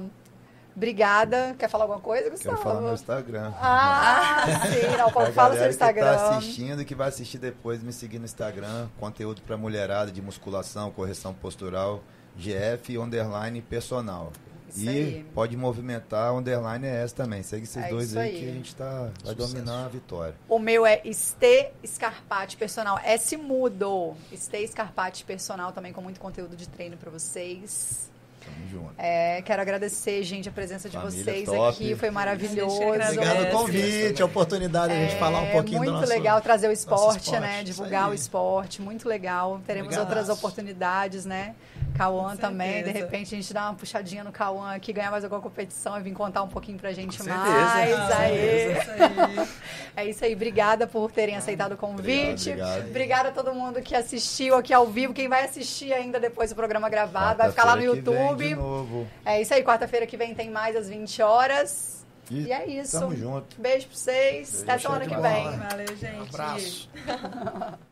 Obrigada. Quer falar alguma coisa,
Quero
Gustavo?
falar no Instagram.
Ah, sim. Não, fala o
Pra
seu
galera
Instagram.
Que tá assistindo e que vai assistir depois, me seguir no Instagram. Conteúdo pra mulherada de musculação, correção postural, GF underline personal.
Isso
e
aí.
pode movimentar, underline é essa também. Segue esses
É
dois
isso
aí,
aí.
que a gente tá, vai dominar a vitória.
O meu é Estê Scarpati Personal. S mudo. Estê Scarpati Personal também com muito conteúdo de treino pra vocês.
Tamo junto.
É, quero agradecer, gente, a presença de
Família
vocês
top.
aqui. Foi maravilhoso. É,
Gente, que agradece.
Obrigado pelo
Parece,
convite, a oportunidade de a gente falar um pouquinho
muito
do nosso...
legal trazer o esporte,
esporte,
né?
isso
Divulgar
aí.
o esporte, muito legal. Teremos
Obrigado.
outras oportunidades, né? Cauã
Com
também, de
certeza.
repente a gente dá uma puxadinha no Cauã aqui, ganhar mais alguma competição e vir contar um pouquinho pra gente
Com certeza.
mais.
Ah,
Aê.
Isso aí.
É isso aí, obrigada por terem aceitado o convite.
Obrigado, obrigado.
Obrigada a todo mundo que assistiu aqui ao vivo. Quem vai assistir ainda depois do programa gravado, vai ficar lá no
Quarta-feira que vem de
YouTube.
novo.
É isso aí, quarta-feira que vem tem mais às 20 horas. E é isso.
Tamo junto.
Beijo pra vocês. Até semana que
de
vem.
bola.
Valeu, gente.
Abraço.